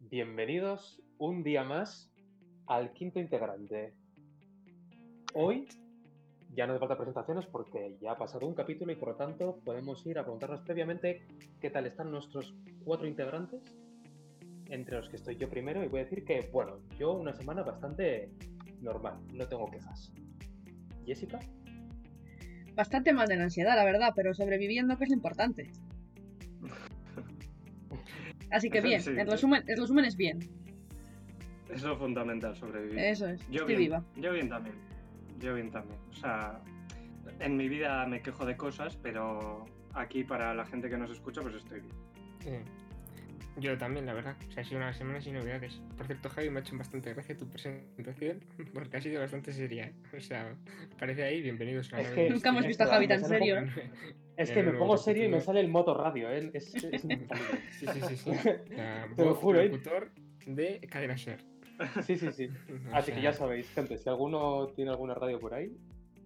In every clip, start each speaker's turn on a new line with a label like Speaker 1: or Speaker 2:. Speaker 1: Bienvenidos un día más al quinto integrante. Hoy ya no hace falta presentaciones porque ya ha pasado un capítulo y por lo tanto podemos ir a preguntarnos previamente qué tal están nuestros cuatro integrantes, entre los que estoy yo primero y voy a decir que, bueno, yo una semana bastante normal, no tengo quejas. Jessica,
Speaker 2: Bastante mal de la ansiedad, la verdad, pero sobreviviendo que es lo importante. Así que
Speaker 3: Eso
Speaker 2: bien,
Speaker 3: sí.
Speaker 2: el, resumen, el resumen es bien.
Speaker 3: Es lo fundamental, sobrevivir.
Speaker 2: Eso es,
Speaker 3: yo
Speaker 2: estoy
Speaker 3: bien,
Speaker 2: viva.
Speaker 3: Yo bien también. Yo bien también. O sea, en mi vida me quejo de cosas, pero aquí para la gente que nos escucha, pues estoy bien.
Speaker 4: Eh, Yo también, la verdad. O sea, ha sido una semana sin novedades. Por cierto, Javi, me ha hecho bastante gracia tu presentación porque ha sido bastante seria. ¿eh? O sea, parece ahí, bienvenidos a una
Speaker 1: Es
Speaker 4: nueva
Speaker 1: que-
Speaker 4: edición.
Speaker 2: Nunca hemos
Speaker 1: es
Speaker 2: visto a
Speaker 1: que
Speaker 2: Javi
Speaker 1: me
Speaker 2: tan
Speaker 1: sale un
Speaker 2: serio.
Speaker 1: es
Speaker 4: Eh,
Speaker 1: que me
Speaker 4: luego
Speaker 1: pongo
Speaker 4: vamos a
Speaker 1: serio y me
Speaker 4: continuar.
Speaker 1: sale el moto radio, ¿eh? es, es infalible.
Speaker 4: Sí, sí, sí. sí. O sea,
Speaker 1: Te lo
Speaker 4: voz
Speaker 1: juro, ¿eh?
Speaker 4: locutor de Cadena Ser.
Speaker 1: Sí, sí, sí.
Speaker 4: O
Speaker 1: Así que ya
Speaker 4: sea,
Speaker 1: sabéis, gente, si alguno tiene alguna radio por ahí,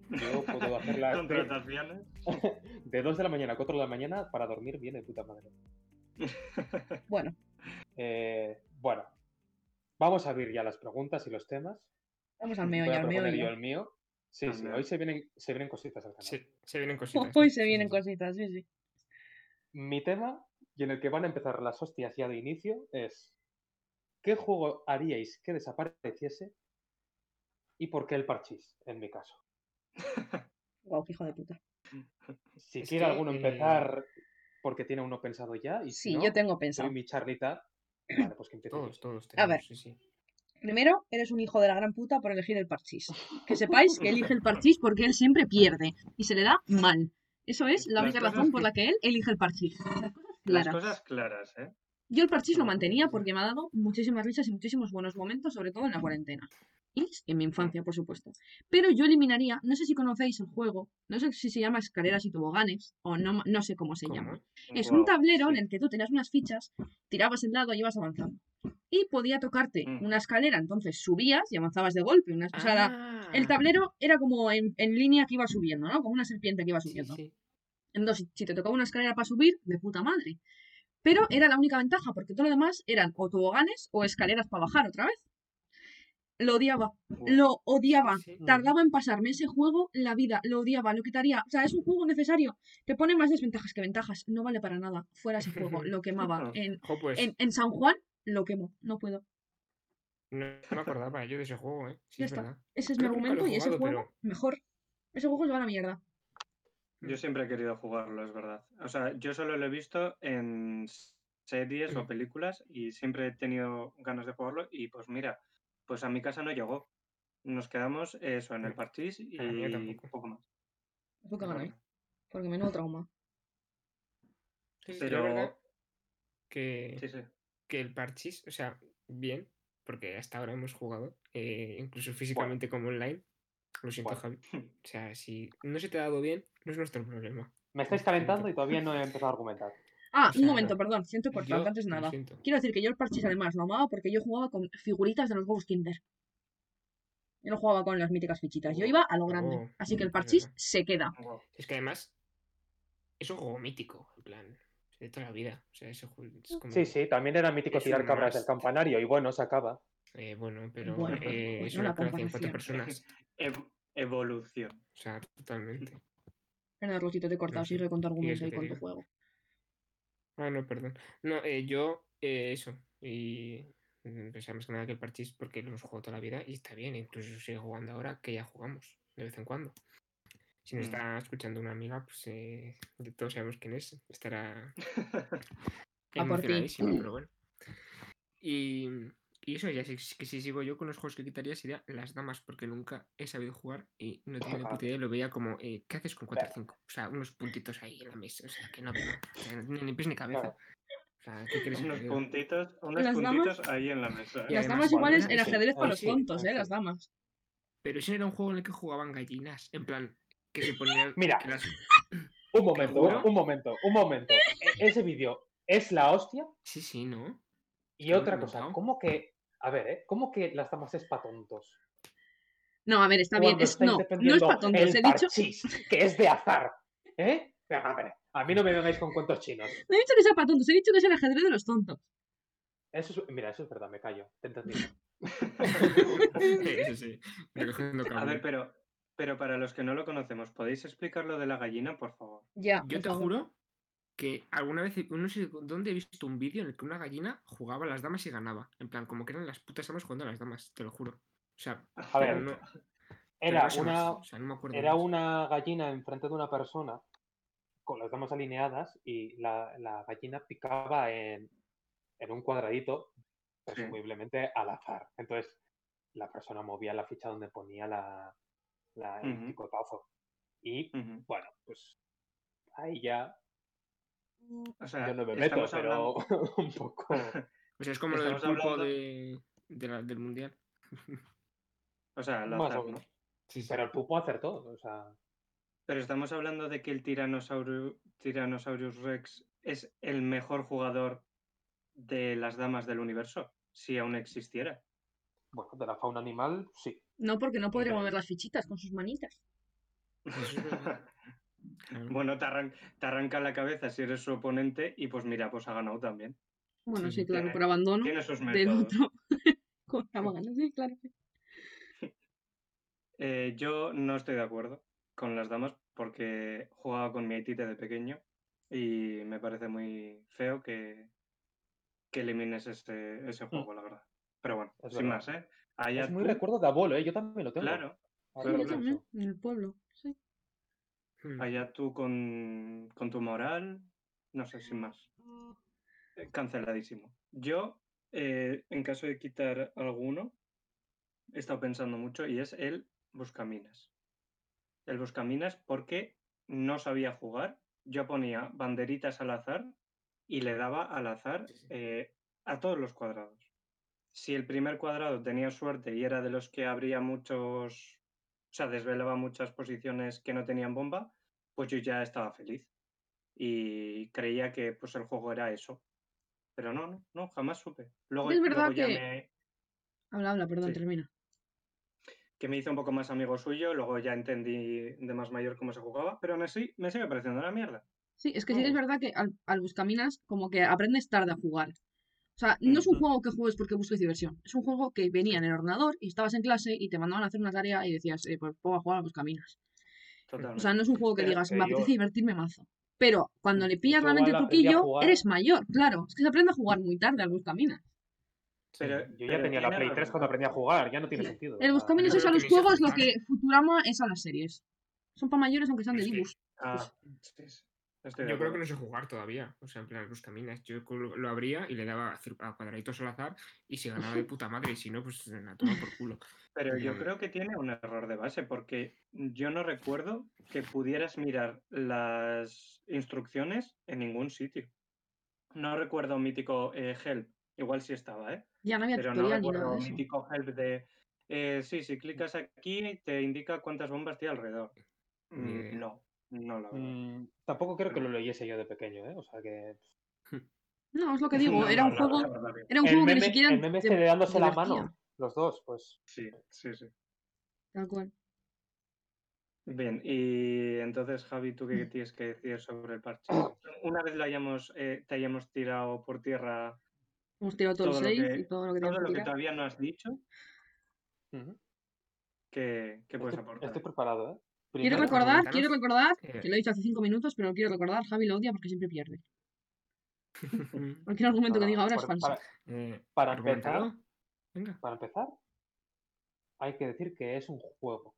Speaker 1: yo puedo hacerla de,
Speaker 3: Contrataciones.
Speaker 1: de 2 de la mañana a 4 de la mañana para dormir bien de puta madre.
Speaker 2: Bueno,
Speaker 1: Eh, bueno, vamos a abrir ya las preguntas y los temas.
Speaker 2: vamos al
Speaker 1: Voy
Speaker 2: meollo,
Speaker 1: a
Speaker 2: al
Speaker 1: proponer yo
Speaker 2: meollo.
Speaker 1: el mío. Sí,
Speaker 3: Al
Speaker 1: sí,
Speaker 3: meollo.
Speaker 1: hoy se vienen, se vienen cositas al canal.
Speaker 4: se, se vienen cositas.
Speaker 2: Hoy se vienen cositas, sí, sí.
Speaker 1: Mi tema, y en el que van a empezar las hostias ya de inicio, es ¿qué juego haríais que desapareciese? ¿Y por qué el parchís, en mi caso?
Speaker 2: Guau, qué hijo de puta.
Speaker 1: Si
Speaker 4: Es
Speaker 1: quiere
Speaker 4: que,
Speaker 1: alguno
Speaker 4: eh,
Speaker 1: empezar porque tiene uno pensado ya, y si
Speaker 2: Sí,
Speaker 1: no,
Speaker 2: yo tengo
Speaker 1: soy
Speaker 2: pensado.
Speaker 1: mi charlita. Vale, pues que empiece.
Speaker 4: Todos, todos.
Speaker 2: ver.
Speaker 4: sí, sí.
Speaker 2: Primero, eres un hijo de la gran puta por elegir el parchís. Que sepáis que elige el parchís porque él siempre pierde y se le da mal. Eso es la
Speaker 3: Las
Speaker 2: única
Speaker 3: cosas-
Speaker 2: razón por la que él elige el parchís. Las cosas
Speaker 3: Las
Speaker 2: claras.
Speaker 3: cosas claras, ¿eh?
Speaker 2: Yo el parchís lo mantenía porque me ha dado muchísimas risas y muchísimos buenos momentos, sobre todo en la cuarentena. Y en mi infancia, por supuesto. Pero yo eliminaría, no sé si conocéis el juego, no sé si se llama escaleras y toboganes, o no, no sé cómo se llama.
Speaker 4: ¿Cómo?
Speaker 2: Es
Speaker 3: Guau,
Speaker 2: un tablero en
Speaker 3: sí.
Speaker 2: el que tú tenías unas fichas, tirabas el lado y ibas avanzando. Y podía tocarte
Speaker 3: Mm.
Speaker 2: una escalera, entonces subías y avanzabas de golpe. Una, o sea, la-
Speaker 4: Ah,
Speaker 2: el tablero era como en, en línea que iba subiendo, ¿no? Como una serpiente que iba
Speaker 4: sí,
Speaker 2: subiendo.
Speaker 4: sí.
Speaker 2: Entonces, si te tocaba una escalera para subir, de puta madre. Pero era la única ventaja, porque todo lo demás eran o toboganes o escaleras para bajar otra vez. Lo odiaba, lo odiaba.
Speaker 4: Sí, sí.
Speaker 2: Tardaba en pasarme ese juego la vida, lo odiaba, lo quitaría. O sea, es un juego necesario. Te pone más desventajas que ventajas. No vale para nada. Fuera ese juego, lo quemaba. En,
Speaker 4: Jo, pues,
Speaker 2: en, en San Juan lo quemo, no puedo.
Speaker 4: no me acordaba yo de ese juego, ¿eh? Sí,
Speaker 2: Ya
Speaker 4: es
Speaker 2: está.
Speaker 4: verdad.
Speaker 2: Ese es mi
Speaker 4: Creo que nunca lo
Speaker 2: argumento
Speaker 4: he
Speaker 2: y ese
Speaker 4: jugado,
Speaker 2: juego,
Speaker 4: pero-
Speaker 2: mejor. Ese juego se va a la mierda.
Speaker 3: Yo siempre he querido jugarlo, es verdad. O sea, yo solo lo he visto en s- series o
Speaker 4: Mm.
Speaker 3: películas y siempre he tenido ganas de jugarlo y pues mira, pues a mi casa no llegó. Nos quedamos eso en el
Speaker 4: Mm.
Speaker 3: parchís y
Speaker 4: A la mía
Speaker 3: un
Speaker 4: tampoco.
Speaker 3: poco más.
Speaker 2: Tú que ganas, ¿eh? porque menudo trauma.
Speaker 4: Sí, sí, yo la
Speaker 3: Pero
Speaker 4: verdad que...
Speaker 3: sí, sí.
Speaker 4: que el parchís, o sea, bien, porque hasta ahora hemos jugado, eh, incluso físicamente como online. Lo siento,
Speaker 1: Bueno.
Speaker 4: Javi. O sea, si no se te ha dado bien, no es nuestro problema.
Speaker 1: Me estáis calentando y todavía no he empezado a argumentar.
Speaker 2: Ah,
Speaker 4: O
Speaker 2: un
Speaker 4: sea,
Speaker 2: momento, perdón, siento cortarte
Speaker 4: Yo
Speaker 2: antes de
Speaker 4: lo
Speaker 2: nada.
Speaker 4: siento.
Speaker 2: Quiero decir que yo el parchís además lo amaba porque yo jugaba con figuritas de los huevos Kinder. Yo no jugaba con las míticas fichitas, yo
Speaker 4: Oh,
Speaker 2: iba a lo grande.
Speaker 4: oh,
Speaker 2: Así que el
Speaker 4: es verdad.
Speaker 2: parchís se queda.
Speaker 3: Guau.
Speaker 4: Es que además es un juego mítico, en plan, de toda la vida. O sea, ese juego es como.
Speaker 1: Sí, sí, también era mítico
Speaker 4: Es
Speaker 1: tirar
Speaker 4: un
Speaker 1: cabras
Speaker 4: must.
Speaker 1: del campanario y bueno, se acaba.
Speaker 4: eh, bueno, pero
Speaker 2: Bueno,
Speaker 4: eh,
Speaker 2: bueno,
Speaker 4: es una
Speaker 2: la
Speaker 4: creación cuatro
Speaker 2: comparación.
Speaker 4: personas.
Speaker 3: Ev- evolución.
Speaker 4: O sea, totalmente.
Speaker 2: Perdón, Rosito, te he cortado,
Speaker 4: No sé,
Speaker 2: sigue con tu
Speaker 4: ¿quieres
Speaker 2: argumento
Speaker 4: que
Speaker 2: y
Speaker 4: te
Speaker 2: con tu
Speaker 4: diga?
Speaker 2: juego.
Speaker 4: Ah, no, perdón. No, eh, yo, eh, eso. Y mm, pensaba más que nada que el parchís, porque lo hemos jugado toda la vida y está bien, incluso sigue jugando ahora que ya jugamos de vez en cuando. Si nos
Speaker 3: Mm.
Speaker 4: está escuchando una amiga, pues eh, de- todos sabemos quién es, estará
Speaker 2: Va por ti.
Speaker 4: emocionadísima, pero bueno. Y, y eso, ya si, que si sigo yo con los juegos que quitaría sería las damas, porque nunca he sabido jugar y no tenía ni puta idea, y lo veía como, eh, ¿qué haces con 4-5? O sea, unos puntitos ahí en la mesa, o sea, que no, había- o sea, no tenía ni pies ni cabeza.
Speaker 1: Claro.
Speaker 4: O sea, ¿qué quieres que
Speaker 3: unos
Speaker 4: te diga?
Speaker 3: puntitos, unos
Speaker 2: Las damas-
Speaker 3: puntitos ahí en la mesa.
Speaker 4: Y
Speaker 3: ¿eh?
Speaker 2: las
Speaker 4: además,
Speaker 2: damas
Speaker 4: bueno,
Speaker 2: iguales
Speaker 4: no oh,
Speaker 2: era
Speaker 4: sé,
Speaker 2: ajedrez para
Speaker 4: no
Speaker 2: los
Speaker 4: sé,
Speaker 2: tontos,
Speaker 1: no
Speaker 2: ¿eh?
Speaker 1: sé.
Speaker 2: Las damas.
Speaker 4: Pero ese no era un juego en el que jugaban gallinas, en plan, que se ponían...
Speaker 1: Mira.
Speaker 4: que las-
Speaker 1: Un momento,
Speaker 4: ¿Seguro?
Speaker 1: un, un momento, un momento. E- Ese vídeo es la hostia
Speaker 4: Sí, sí, ¿no?
Speaker 1: y
Speaker 4: Claro,
Speaker 1: otra
Speaker 4: no,
Speaker 1: cosa.
Speaker 4: claro.
Speaker 1: ¿Cómo que, a ver, ¿eh? ¿cómo que las damas es para tontos?
Speaker 2: No, a ver, está bien.
Speaker 1: Cuando
Speaker 2: Es,
Speaker 1: estáis
Speaker 2: no, no es
Speaker 1: defendiendo
Speaker 2: para tontos,
Speaker 1: el
Speaker 2: he dicho,
Speaker 1: parchís, que es de azar. ¿Eh? Pero, a ver, a mí no me vengáis con cuentos chinos.
Speaker 2: no he dicho que sea para tontos, he dicho que es el ajedrez de los tontos.
Speaker 1: Eso es- mira, eso es verdad, me callo. Te he entendido.
Speaker 4: Eso sí. recogiendo
Speaker 3: A ver,
Speaker 4: cable.
Speaker 3: pero, pero para los que no lo conocemos, ¿podéis explicar lo de la gallina, por favor?
Speaker 2: Ya,
Speaker 4: Yo
Speaker 2: por
Speaker 4: te
Speaker 2: favor.
Speaker 4: juro que alguna vez, he- no sé dónde he visto un vídeo en el que una gallina jugaba a las damas y ganaba. En plan, como que eran las putas damas jugando a las damas, te lo juro. O sea,
Speaker 1: A
Speaker 4: pero
Speaker 1: ver,
Speaker 4: no- pero
Speaker 1: Era
Speaker 4: no sé más,
Speaker 1: una,
Speaker 4: o sea, no me acuerdo
Speaker 1: Era
Speaker 4: más.
Speaker 1: una gallina enfrente de una persona con las damas alineadas y la, la gallina picaba en, en un cuadradito, presumiblemente al azar. Entonces, la persona movía la ficha donde ponía la, la- el
Speaker 3: Ujú. Mm.
Speaker 1: picotazo. Y
Speaker 3: Ujú.
Speaker 1: bueno, pues ahí ya
Speaker 3: O sea,
Speaker 1: yo no me meto,
Speaker 3: Ah, estamos
Speaker 1: pero un poco.
Speaker 3: hablando-
Speaker 4: O sea, es como lo del
Speaker 3: estamos
Speaker 4: pulpo
Speaker 3: hablando-
Speaker 4: de, de la- del mundial.
Speaker 3: O sea, al
Speaker 1: Más o
Speaker 3: azar, ¿no?
Speaker 1: menos.
Speaker 4: Sí, sí.
Speaker 1: Pero el pupo acertó, o sea,
Speaker 3: Pero estamos hablando de que el Tiranosaurio, Tyrannosaurus Rex es el mejor jugador de las damas del universo, si aún existiera.
Speaker 1: bueno, de la fauna animal, sí.
Speaker 2: No, porque no podría
Speaker 1: Hombre.
Speaker 2: mover las fichitas con sus manitas.
Speaker 4: Eso es verdad. Claro.
Speaker 3: bueno, te, arran- te arranca la cabeza si eres su oponente y pues mira, pues ha ganado también.
Speaker 2: Bueno,
Speaker 4: Sí,
Speaker 2: sí, claro,
Speaker 3: tiene-
Speaker 2: por abandono
Speaker 3: Tiene sus
Speaker 2: del
Speaker 3: métodos.
Speaker 2: otro. Con la mano, sí, claro.
Speaker 3: Eh, yo no estoy de acuerdo con las damas porque jugaba con mi Haitite de pequeño y me parece muy feo que, que elimines ese, ese juego, la verdad. Pero bueno,
Speaker 1: Mm. Es
Speaker 3: sin
Speaker 1: verdad.
Speaker 3: más, ¿eh? Allá
Speaker 1: Es muy
Speaker 3: tú,
Speaker 1: recuerdo de abuelo, ¿eh? yo también lo tengo.
Speaker 3: claro,
Speaker 1: Ahora
Speaker 2: Sí, yo
Speaker 3: Claro,
Speaker 1: que lo
Speaker 3: claro.
Speaker 2: también,
Speaker 1: pienso.
Speaker 2: en el pueblo. Sí.
Speaker 4: Mm.
Speaker 3: allá tú con, con tu moral, no sé, sin más. Eh, Canceladísimo. Yo, eh, en caso de quitar alguno, he estado pensando mucho y es el Buscaminas. El Buscaminas porque no sabía jugar. Yo ponía banderitas al azar y le daba al azar
Speaker 4: Sí, sí.
Speaker 3: eh, a todos los cuadrados. Si el primer cuadrado tenía suerte y era de los que abría muchos, o sea, desvelaba muchas posiciones que no tenían bomba, pues yo ya estaba feliz. Y creía que pues el juego era eso. Pero no, no, no, jamás supe. Luego,
Speaker 2: Es verdad
Speaker 3: luego ya
Speaker 2: que-
Speaker 3: me,
Speaker 2: Habla, habla, perdón,
Speaker 3: Sí.
Speaker 2: termina.
Speaker 3: que me hizo un poco más amigo suyo, luego ya entendí de más mayor cómo se jugaba, pero aún así me sigue pareciendo una mierda.
Speaker 2: Sí, es que sí que es
Speaker 3: Mm.
Speaker 2: verdad que al, al buscaminas como que aprendes tarde a jugar. O sea, no es un
Speaker 3: Ujú.
Speaker 2: juego que juegues porque busques diversión. Es un juego que venía en el ordenador y estabas en clase y te mandaban a hacer una tarea y decías, eh, pues puedo jugar al buscaminas.
Speaker 3: Totalmente.
Speaker 2: O sea, no es un juego que
Speaker 3: Pero
Speaker 2: digas,
Speaker 1: que
Speaker 2: me
Speaker 1: yo-
Speaker 2: apetece divertirme mazo. Pero cuando le pillas
Speaker 1: Yo
Speaker 2: realmente el
Speaker 1: igual aprendí a
Speaker 2: truquillo,
Speaker 1: jugar-
Speaker 2: eres mayor, claro. Es que se aprende a jugar muy tarde al buscaminas.
Speaker 3: pero,
Speaker 1: Yo ya
Speaker 3: pero
Speaker 1: tenía la
Speaker 3: tiene
Speaker 1: Play 3
Speaker 3: razón.
Speaker 1: cuando aprendí a jugar, ya no tiene
Speaker 2: Sí.
Speaker 1: sentido.
Speaker 2: El
Speaker 1: o sea,
Speaker 2: buscaminas
Speaker 4: yo
Speaker 2: es a
Speaker 4: creo
Speaker 2: los
Speaker 4: que ni se
Speaker 2: juegos lo
Speaker 4: juega.
Speaker 2: que Futurama es a las series. Son para mayores aunque sean de
Speaker 4: Es que-
Speaker 2: dibujos.
Speaker 3: Ah, sí, sí, estoy de
Speaker 4: Yo creo que
Speaker 3: acuerdo.
Speaker 4: no sé jugar todavía. O sea, en plan, los caminas. Yo co- lo, lo abría y le daba a cir- a cuadraditos al azar y se ganaba de puta madre. Y si no, pues la toma por culo.
Speaker 3: Pero yo
Speaker 4: Mm.
Speaker 3: creo que tiene un error de base, porque yo no recuerdo que pudieras mirar las instrucciones en ningún sitio. No recuerdo un mítico eh, help, igual sí estaba, ¿eh?
Speaker 2: Ya no había
Speaker 3: Pero no
Speaker 2: tutorial ni
Speaker 3: recuerdo
Speaker 2: nada de
Speaker 3: un
Speaker 2: eso.
Speaker 3: mítico help de. eh, sí, si clicas aquí te indica cuántas bombas tiene alrededor.
Speaker 4: Ni
Speaker 3: Mm,
Speaker 4: idea.
Speaker 3: No, no la verdad.
Speaker 1: mm, tampoco creo que lo leyese yo de pequeño, ¿eh? O sea que.
Speaker 2: No, es lo que digo,
Speaker 3: No,
Speaker 2: era un
Speaker 3: la
Speaker 2: juego,
Speaker 3: verdad, la verdad.
Speaker 2: era un
Speaker 1: el
Speaker 2: juego que
Speaker 1: meme,
Speaker 2: ni siquiera
Speaker 1: el meme
Speaker 2: te
Speaker 1: este de dándose la mano,
Speaker 2: divertía,
Speaker 1: los dos, pues.
Speaker 3: Sí, sí, sí.
Speaker 2: Tal cual.
Speaker 3: Bien, y entonces, Javi, ¿tú qué tienes que decir sobre el parche?
Speaker 2: Mm.
Speaker 3: Una vez lo hayamos, eh, te hayamos tirado por tierra
Speaker 2: Hemos tirado todo,
Speaker 3: Todo lo
Speaker 2: el 6
Speaker 3: que-
Speaker 2: y todo lo que
Speaker 3: todo
Speaker 2: teníamos
Speaker 3: lo
Speaker 2: que
Speaker 3: que
Speaker 2: tirar.
Speaker 3: todavía no has dicho,
Speaker 1: ujú.
Speaker 3: ¿qué, qué puedes
Speaker 1: Estoy,
Speaker 3: aportar?
Speaker 1: estoy preparado, ¿eh?
Speaker 2: Quiero
Speaker 4: Primero,
Speaker 2: recordar,
Speaker 4: comentaros
Speaker 2: quiero recordar,
Speaker 4: que-
Speaker 2: que lo he dicho hace 5 minutos, pero lo quiero recordar, Javi lo odia porque siempre pierde. Cualquier argumento
Speaker 1: No, no,
Speaker 2: que diga ahora es
Speaker 1: para-
Speaker 2: falso.
Speaker 1: para-
Speaker 4: Eh,
Speaker 1: Para
Speaker 4: argumentado.
Speaker 1: empezar-
Speaker 4: Venga.
Speaker 1: Para empezar, hay que decir que es un juego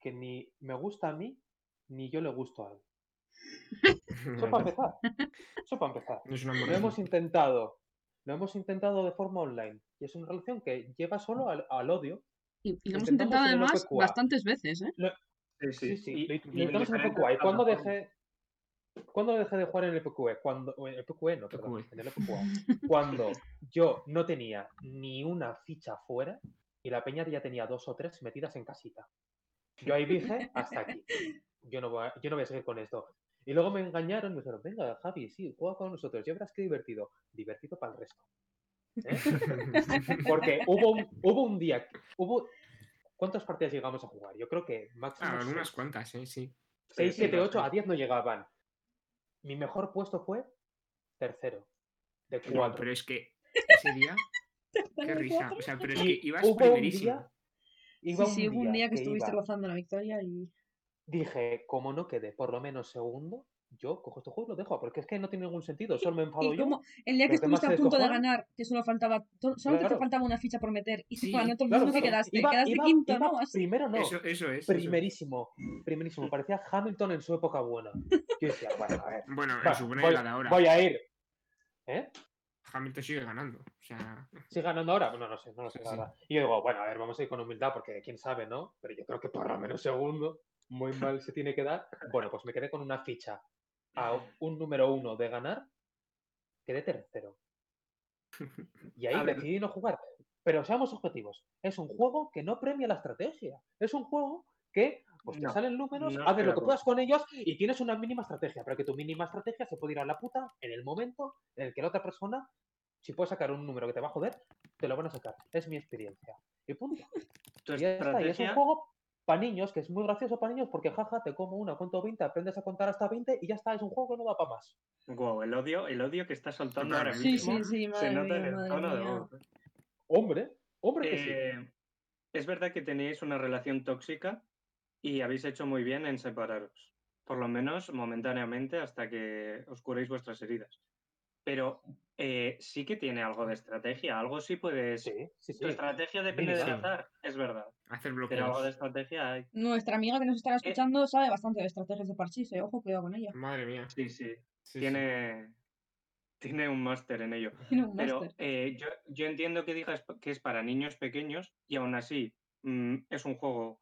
Speaker 1: que ni me gusta a mí, ni yo le gusto a él. Eso para empezar. Eso para empezar.
Speaker 4: No es una
Speaker 1: Lo
Speaker 4: moral.
Speaker 1: hemos intentado. Lo hemos intentado de forma online. Y es una relación que lleva solo al, al odio.
Speaker 2: Y, y lo hemos
Speaker 1: intentamos
Speaker 2: intentado
Speaker 1: en el
Speaker 2: además
Speaker 1: OPQA.
Speaker 2: bastantes veces, ¿eh?
Speaker 1: Sí, sí.
Speaker 3: y-
Speaker 1: lo
Speaker 3: y en
Speaker 1: intentamos en el
Speaker 3: diferentes
Speaker 1: PQE. ¿Y cuándo
Speaker 3: plataformas.
Speaker 1: dejé, cuándo dejé de jugar en el PQE? Cuando, o en el PQE, no, perdón,
Speaker 4: PQE.
Speaker 1: en el PQA. Cuando yo no tenía ni una ficha fuera y la peña ya tenía dos o tres metidas en casita. Yo ahí dije, hasta aquí. Yo no voy a, yo no voy a seguir con esto. Y luego me engañaron y me dijeron, venga, Javi, sí, juega con nosotros. Ya verás qué divertido. Divertido para el resto. ¿eh? Porque hubo un, hubo un día, hubo... ¿Cuántas partidas llegamos a jugar? Yo creo que máximo
Speaker 4: Ah, algunas
Speaker 1: seis.
Speaker 4: cuantas, ¿eh? Sí.
Speaker 1: 6,
Speaker 3: Sí, sí,
Speaker 1: 7, 8, a
Speaker 3: bastante.
Speaker 1: 10 no llegaban. Mi mejor puesto fue tercero. De
Speaker 4: No,
Speaker 1: 4.
Speaker 4: pero es que ese día. Qué risa. O sea, pero es que
Speaker 1: Y
Speaker 4: ibas
Speaker 1: hubo un
Speaker 4: primerísimo.
Speaker 1: día, iba
Speaker 2: sí, sí, hubo un día que estuviste
Speaker 1: iba-
Speaker 2: rozando la victoria y.
Speaker 1: Dije, como no quede por lo menos segundo, yo cojo este juego y lo dejo, porque es que no tiene ningún sentido, solo me enfado
Speaker 2: Y
Speaker 1: yo.
Speaker 2: como el día que
Speaker 1: los demás
Speaker 2: estuviste a
Speaker 1: se
Speaker 2: punto de
Speaker 1: descojonan.
Speaker 2: ganar, que solo faltaba to- solo te
Speaker 1: Claro.
Speaker 2: faltaba una ficha por meter y se
Speaker 4: Sí,
Speaker 2: fue ganando todo el
Speaker 1: Claro,
Speaker 2: mundo que
Speaker 1: claro,
Speaker 2: quedaste,
Speaker 1: iba-
Speaker 2: quedaste
Speaker 1: iba-
Speaker 2: quinto,
Speaker 1: iba
Speaker 2: ¿no? Así.
Speaker 1: Primero no,
Speaker 4: Eso, eso es. eso es.
Speaker 1: primerísimo, primerísimo, parecía Hamilton en su época buena. Yo decía, bueno, a ver,
Speaker 4: Bueno,
Speaker 1: va,
Speaker 4: en su buena
Speaker 1: voy,
Speaker 4: la de ahora.
Speaker 1: voy a ir. ¿Eh?
Speaker 4: Hamilton sigue ganando. O sea,
Speaker 1: ¿Sigue ganando ahora? Bueno, no sé, no lo sé,
Speaker 4: Sí,
Speaker 1: la
Speaker 4: sí.
Speaker 1: verdad. Y yo digo, bueno, a ver, vamos a ir con humildad porque quién sabe, ¿no? Pero yo creo que por lo menos segundo, muy mal se tiene que dar. Bueno, pues me quedé con una ficha a un número uno de ganar, quedé tercero. Y ahí
Speaker 4: A ver.
Speaker 1: decidí no jugar. Pero seamos objetivos, es un juego que no premia la estrategia. Es un juego que pues, te
Speaker 3: No,
Speaker 1: salen números,
Speaker 3: no
Speaker 1: haces lo
Speaker 3: creo
Speaker 1: que
Speaker 3: que-
Speaker 1: puedas con ellos y tienes una mínima estrategia, pero que tu mínima estrategia se puede ir a la puta en el momento en el que la otra persona, si puede sacar un número que te va a joder, te lo van a sacar. Es mi experiencia. Y punto.
Speaker 3: Tu
Speaker 1: Y Ah, ya está. Y es un
Speaker 3: estrategia,
Speaker 1: juego para niños, que es muy gracioso para niños, porque jaja, te como una, cuento 20, aprendes a contar hasta 20 y ya está. Es un juego que no da para más.
Speaker 3: Guau, el odio, el odio que está soltando ahora
Speaker 4: Sí,
Speaker 3: mismo.
Speaker 4: sí,
Speaker 2: sí,
Speaker 3: se nota en el tono de voz.
Speaker 1: Hombre, hombre que sí.
Speaker 3: Eh, es verdad que tenéis una relación tóxica y habéis hecho muy bien en separaros, por lo menos momentáneamente hasta que os curéis vuestras heridas. Pero eh, sí que tiene algo de estrategia, algo sí puedes...
Speaker 1: Sí, sí, sí.
Speaker 3: Tu estrategia depende
Speaker 1: Mini,
Speaker 3: del
Speaker 1: sí.
Speaker 3: azar, es verdad,
Speaker 4: hacer
Speaker 3: pero algo de
Speaker 4: bloqueos.
Speaker 3: estrategia hay.
Speaker 2: Nuestra amiga que nos
Speaker 1: Eh.
Speaker 2: estará escuchando sabe bastante de estrategias de parchís, eh, ojo, cuidado con ella.
Speaker 4: Madre mía.
Speaker 3: Sí, sí,
Speaker 4: Sí, sí.
Speaker 3: tiene... Tiene un máster en ello.
Speaker 2: Tiene un
Speaker 3: Pero
Speaker 2: máster.
Speaker 3: eh, yo, yo entiendo que digas que es para niños pequeños y aún así mm, es un juego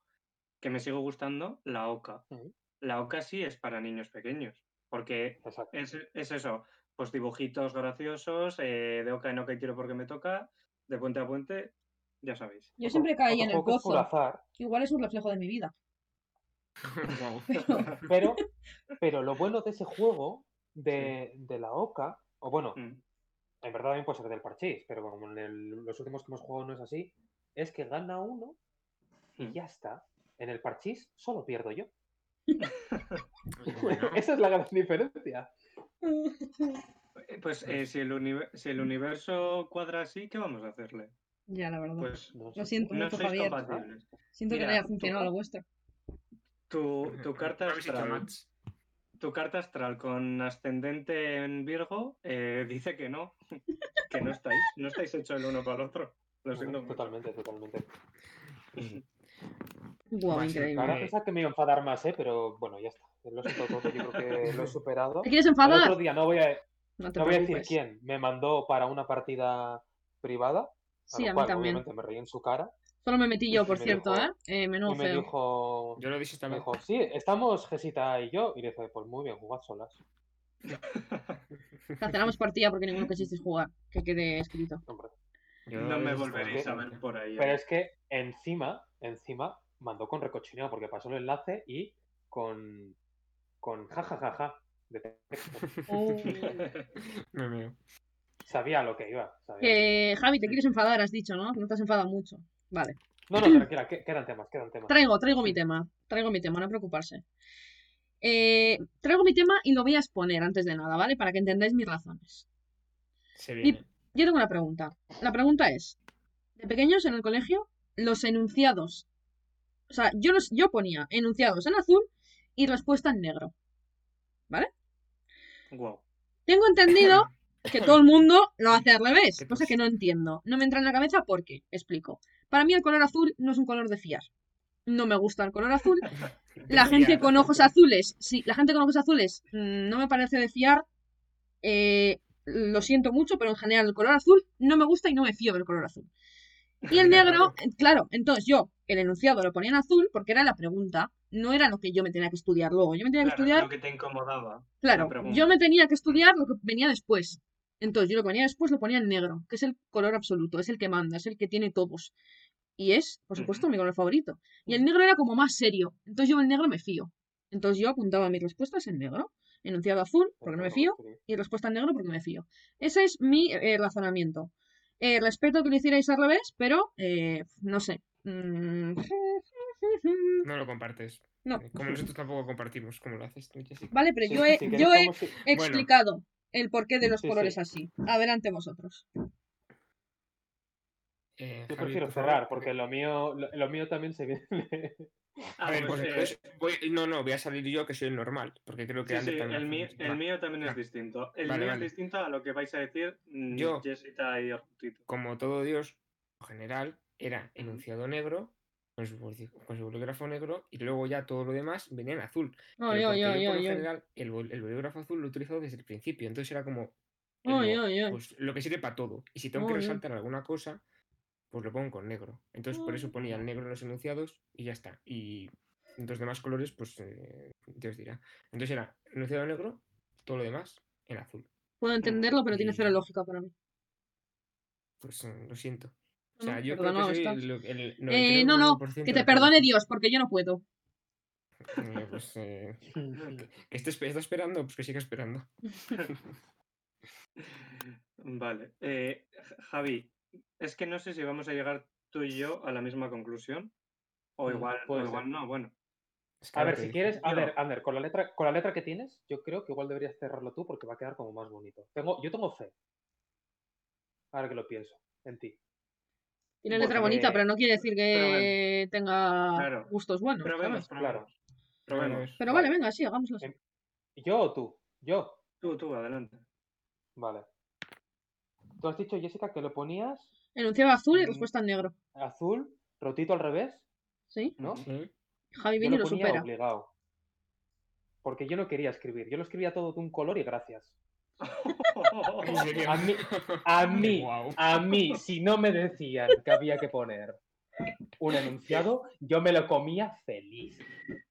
Speaker 3: que me sigue gustando, la OCA.
Speaker 1: Ujú.
Speaker 3: La OCA sí es para niños pequeños, porque
Speaker 1: Exacto.
Speaker 3: es, es eso, pues dibujitos graciosos, eh, de OCA en OCA quiero porque me toca, de puente a puente, ya sabéis.
Speaker 2: Yo
Speaker 1: Otro-
Speaker 2: siempre caí
Speaker 1: otro
Speaker 2: en el
Speaker 1: juego que es
Speaker 2: pozo.
Speaker 1: puro azar,
Speaker 2: Igual es un reflejo de mi vida.
Speaker 4: Guau.
Speaker 1: pero, pero lo bueno de ese juego de, de la OCA, o bueno,
Speaker 3: Mm,
Speaker 1: en verdad también puede ser del parchís, pero como en el- los últimos que hemos jugado no es así, es que gana uno y
Speaker 3: Mm.
Speaker 1: ya está. En el parchís solo pierdo yo.
Speaker 4: Bueno,
Speaker 1: Esa es la gran diferencia.
Speaker 3: eh, Pues eh, si, el univer- si el universo cuadra así, ¿qué vamos a hacerle?
Speaker 2: ya, la verdad.
Speaker 3: Pues
Speaker 1: No
Speaker 2: Lo
Speaker 1: sé.
Speaker 2: siento
Speaker 3: no
Speaker 2: mucho,
Speaker 3: sois
Speaker 2: Javier.
Speaker 3: compatibles.
Speaker 2: Siento que
Speaker 3: Mira,
Speaker 2: no haya
Speaker 3: tú-
Speaker 2: funcionado la vuestra.
Speaker 3: Tu, tu carta
Speaker 4: No habéis hecho
Speaker 3: astral-
Speaker 4: match.
Speaker 3: Tu carta astral con ascendente en Virgo eh, dice que no, que no estáis, no estáis hecho el uno para el otro. Lo siento
Speaker 1: No,
Speaker 3: mucho.
Speaker 1: Totalmente, totalmente.
Speaker 2: Guau,
Speaker 4: Va, sí,
Speaker 2: increíble.
Speaker 1: Ahora
Speaker 4: Eh,
Speaker 1: pensaba que me iba a enfadar más, ¿eh? pero bueno, ya está. Lo siento todo, yo creo que lo he superado.
Speaker 2: ¿Te quieres
Speaker 1: El
Speaker 2: enfadar?
Speaker 1: otro día no voy a,
Speaker 2: No te
Speaker 1: no voy a decir
Speaker 2: preocupes.
Speaker 1: quién me mandó para una partida privada. a
Speaker 2: Sí,
Speaker 1: lo
Speaker 2: a mí
Speaker 1: cual,
Speaker 2: también.
Speaker 1: Obviamente me reí en su cara.
Speaker 2: Solo me metí yo, por
Speaker 1: me
Speaker 2: cierto,
Speaker 1: dijo-
Speaker 2: ¿eh? Eh, Menudo
Speaker 1: y me
Speaker 2: feo.
Speaker 1: dijo,
Speaker 4: Yo lo desinstalé.
Speaker 1: me dijo, sí, estamos Gesita y yo. Y le dije, pues muy bien, jugad solas.
Speaker 2: Cancelamos partida porque ninguno quisisteis jugar. Que quede escrito.
Speaker 1: Hombre.
Speaker 4: Yo
Speaker 3: No
Speaker 4: lo
Speaker 3: me
Speaker 4: desinstalé.
Speaker 3: volveréis a
Speaker 1: bien.
Speaker 3: ver por ahí. ¿eh?
Speaker 1: Pero es que encima, encima, mandó con recochineo porque pasó el enlace y con, con jajajaja. de texto.
Speaker 2: Oh.
Speaker 4: Me meo.
Speaker 1: Sabía lo que iba. sabía.
Speaker 2: Que, Javi, te quieres enfadar, has dicho, ¿no? No te has enfadado mucho. Vale.
Speaker 1: No, no, tranquila, que- quedan temas, quedan temas.
Speaker 2: Traigo, traigo mi tema. Traigo mi tema, no preocuparse. Eh, traigo mi tema y lo voy a exponer antes de nada, ¿vale? Para que entendáis mis razones.
Speaker 4: Se viene.
Speaker 2: Yo tengo una pregunta. La pregunta es, de pequeños en el colegio, los enunciados. O sea, yo, los, yo ponía enunciados en azul y respuesta en negro.
Speaker 3: Guau.
Speaker 2: Tengo entendido que todo el mundo lo hace al revés,
Speaker 4: Que
Speaker 2: cosa
Speaker 4: tos.
Speaker 2: que no entiendo. No me entra en la cabeza porque, explico. Para mí el color azul no es un color de fiar. No me gusta el color azul. La gente con ojos azules, sí, la gente con ojos azules mm, no me parece de fiar. Eh, lo siento mucho, pero en general el color azul no me gusta y no me fío del color azul. Y el negro, eh, claro, entonces yo el enunciado lo ponía en azul porque era la pregunta, no era lo que yo me tenía que estudiar luego. Yo me tenía que
Speaker 3: Claro,
Speaker 2: estudiar
Speaker 3: lo que te incomodaba.
Speaker 2: Claro,
Speaker 3: pregunta.
Speaker 2: yo me tenía que estudiar lo que venía después. Entonces, yo lo que venía después lo ponía en negro, que es el color absoluto, es el que manda, es el que tiene todos. Y es, por supuesto, mi color favorito. Y el negro era como más serio. Entonces yo el negro me fío. Entonces yo apuntaba mis respuestas en negro. Enunciado azul, porque no me fío, y respuesta en negro porque me fío. Ese es mi eh, razonamiento. Eh, respeto que lo hicierais al revés, pero eh, no sé. Mm.
Speaker 4: No lo compartes.
Speaker 2: No.
Speaker 4: Como nosotros tampoco compartimos, como lo haces tú, Jessica.
Speaker 2: Vale, pero
Speaker 1: Sí,
Speaker 2: yo
Speaker 1: sí,
Speaker 2: he,
Speaker 1: si queréis
Speaker 2: yo he
Speaker 1: podemos ir-
Speaker 2: he
Speaker 4: Bueno.
Speaker 2: explicado el porqué de los
Speaker 1: Sí,
Speaker 2: colores
Speaker 1: sí.
Speaker 2: así. Adelante vosotros.
Speaker 4: Eh,
Speaker 1: Yo
Speaker 4: Javi,
Speaker 1: prefiero
Speaker 4: por favor,
Speaker 1: cerrar, porque lo mío, lo, lo mío también se viene.
Speaker 3: Ah,
Speaker 4: A ver,
Speaker 3: pues,
Speaker 4: pues
Speaker 3: eh,
Speaker 4: entonces voy- no, no, voy a salir yo que soy el normal, porque creo que
Speaker 3: sí, sí,
Speaker 4: Ander también
Speaker 3: el,
Speaker 4: hace
Speaker 3: mío,
Speaker 4: mucho.
Speaker 3: el
Speaker 4: Va,
Speaker 3: mío también es
Speaker 4: Va.
Speaker 3: distinto. El
Speaker 4: Vale,
Speaker 3: mío
Speaker 4: vale.
Speaker 3: es distinto a lo que vais a decir mm,
Speaker 4: Yo.
Speaker 3: Jessica y Arturito.
Speaker 4: Como todo Dios, en general, era
Speaker 3: Ujú.
Speaker 4: enunciado negro, con su, bolí- con su bolígrafo negro, y luego ya todo lo demás venía en azul.
Speaker 2: Oy,
Speaker 4: Pero
Speaker 2: oy,
Speaker 4: porque
Speaker 2: oy,
Speaker 4: yo, por
Speaker 2: oy,
Speaker 4: lo
Speaker 2: oy.
Speaker 4: general, el, bol- el bolígrafo azul lo he utilizado desde el principio, entonces era como el
Speaker 2: Oy,
Speaker 4: mo-
Speaker 2: oy, oy.
Speaker 4: pues, lo que sirve para todo. Y si tengo
Speaker 2: Oy,
Speaker 4: que
Speaker 2: oy.
Speaker 4: resaltar alguna cosa, pues lo pongo con negro. Entonces, por eso
Speaker 2: Oy.
Speaker 4: ponía el negro en los enunciados y ya está. Y los demás colores, pues eh, Dios dirá. Entonces era enunciado negro, todo lo demás en azul.
Speaker 2: Puedo entenderlo, pero tiene cero
Speaker 4: y-
Speaker 2: lógica para mí.
Speaker 4: Pues eh, lo siento.
Speaker 2: No,
Speaker 4: O sea, yo creo
Speaker 2: perdonado
Speaker 4: que soy
Speaker 2: estás.
Speaker 4: el, el
Speaker 2: Ah, Eh, no, no,
Speaker 4: 99%
Speaker 2: Que
Speaker 4: de
Speaker 2: te
Speaker 4: la
Speaker 2: perdone Dios, porque yo no puedo.
Speaker 4: población. Eh, pues, eh, que esté espe- está esperando, pues que siga esperando.
Speaker 3: Vale. eh, J- Javi, es que no sé si vamos a llegar tú y yo a la misma conclusión. O
Speaker 1: Mm,
Speaker 3: igual, o
Speaker 1: puede ser.
Speaker 3: igual no, bueno.
Speaker 4: Es que
Speaker 1: A
Speaker 4: ahora
Speaker 1: ver,
Speaker 4: te
Speaker 1: si
Speaker 4: digo.
Speaker 1: quieres, a
Speaker 3: Yo.
Speaker 1: ver, Ander, con la letra, con la letra que tienes, yo creo que igual deberías cerrarlo tú porque va a quedar como más bonito. Tengo, yo tengo fe. Ahora que lo pienso, en ti.
Speaker 2: Tiene letra
Speaker 3: Porque-
Speaker 4: eh,
Speaker 2: bonita, pero no quiere decir que tenga
Speaker 3: Claro.
Speaker 2: gustos buenos.
Speaker 3: Probemos,
Speaker 2: ¿sabes?
Speaker 1: Claro.
Speaker 3: probemos. Probemos.
Speaker 4: Pues,
Speaker 2: Pero vale, venga, sí, hagámoslo así.
Speaker 1: Eh, ¿Yo o tú? Yo.
Speaker 3: Tú, tú, adelante.
Speaker 1: Vale. Tú has dicho, Jessica, que lo ponías
Speaker 2: Enunciado azul y
Speaker 1: mm.
Speaker 2: respuesta en negro.
Speaker 1: azul, rotito al revés,
Speaker 2: ¿Sí?
Speaker 1: ¿no?
Speaker 3: Ujú.
Speaker 4: sí.
Speaker 2: Javi
Speaker 1: Yo
Speaker 2: viene y
Speaker 1: lo
Speaker 2: lo
Speaker 1: ponía
Speaker 2: supera.
Speaker 1: obligado. Porque yo no quería escribir. Yo lo escribía todo de un color y gracias.
Speaker 4: ¿En serio?
Speaker 1: A mí- a mí.
Speaker 4: Guau.
Speaker 1: A mí, si no me decían que había que poner un enunciado, yo me lo comía feliz.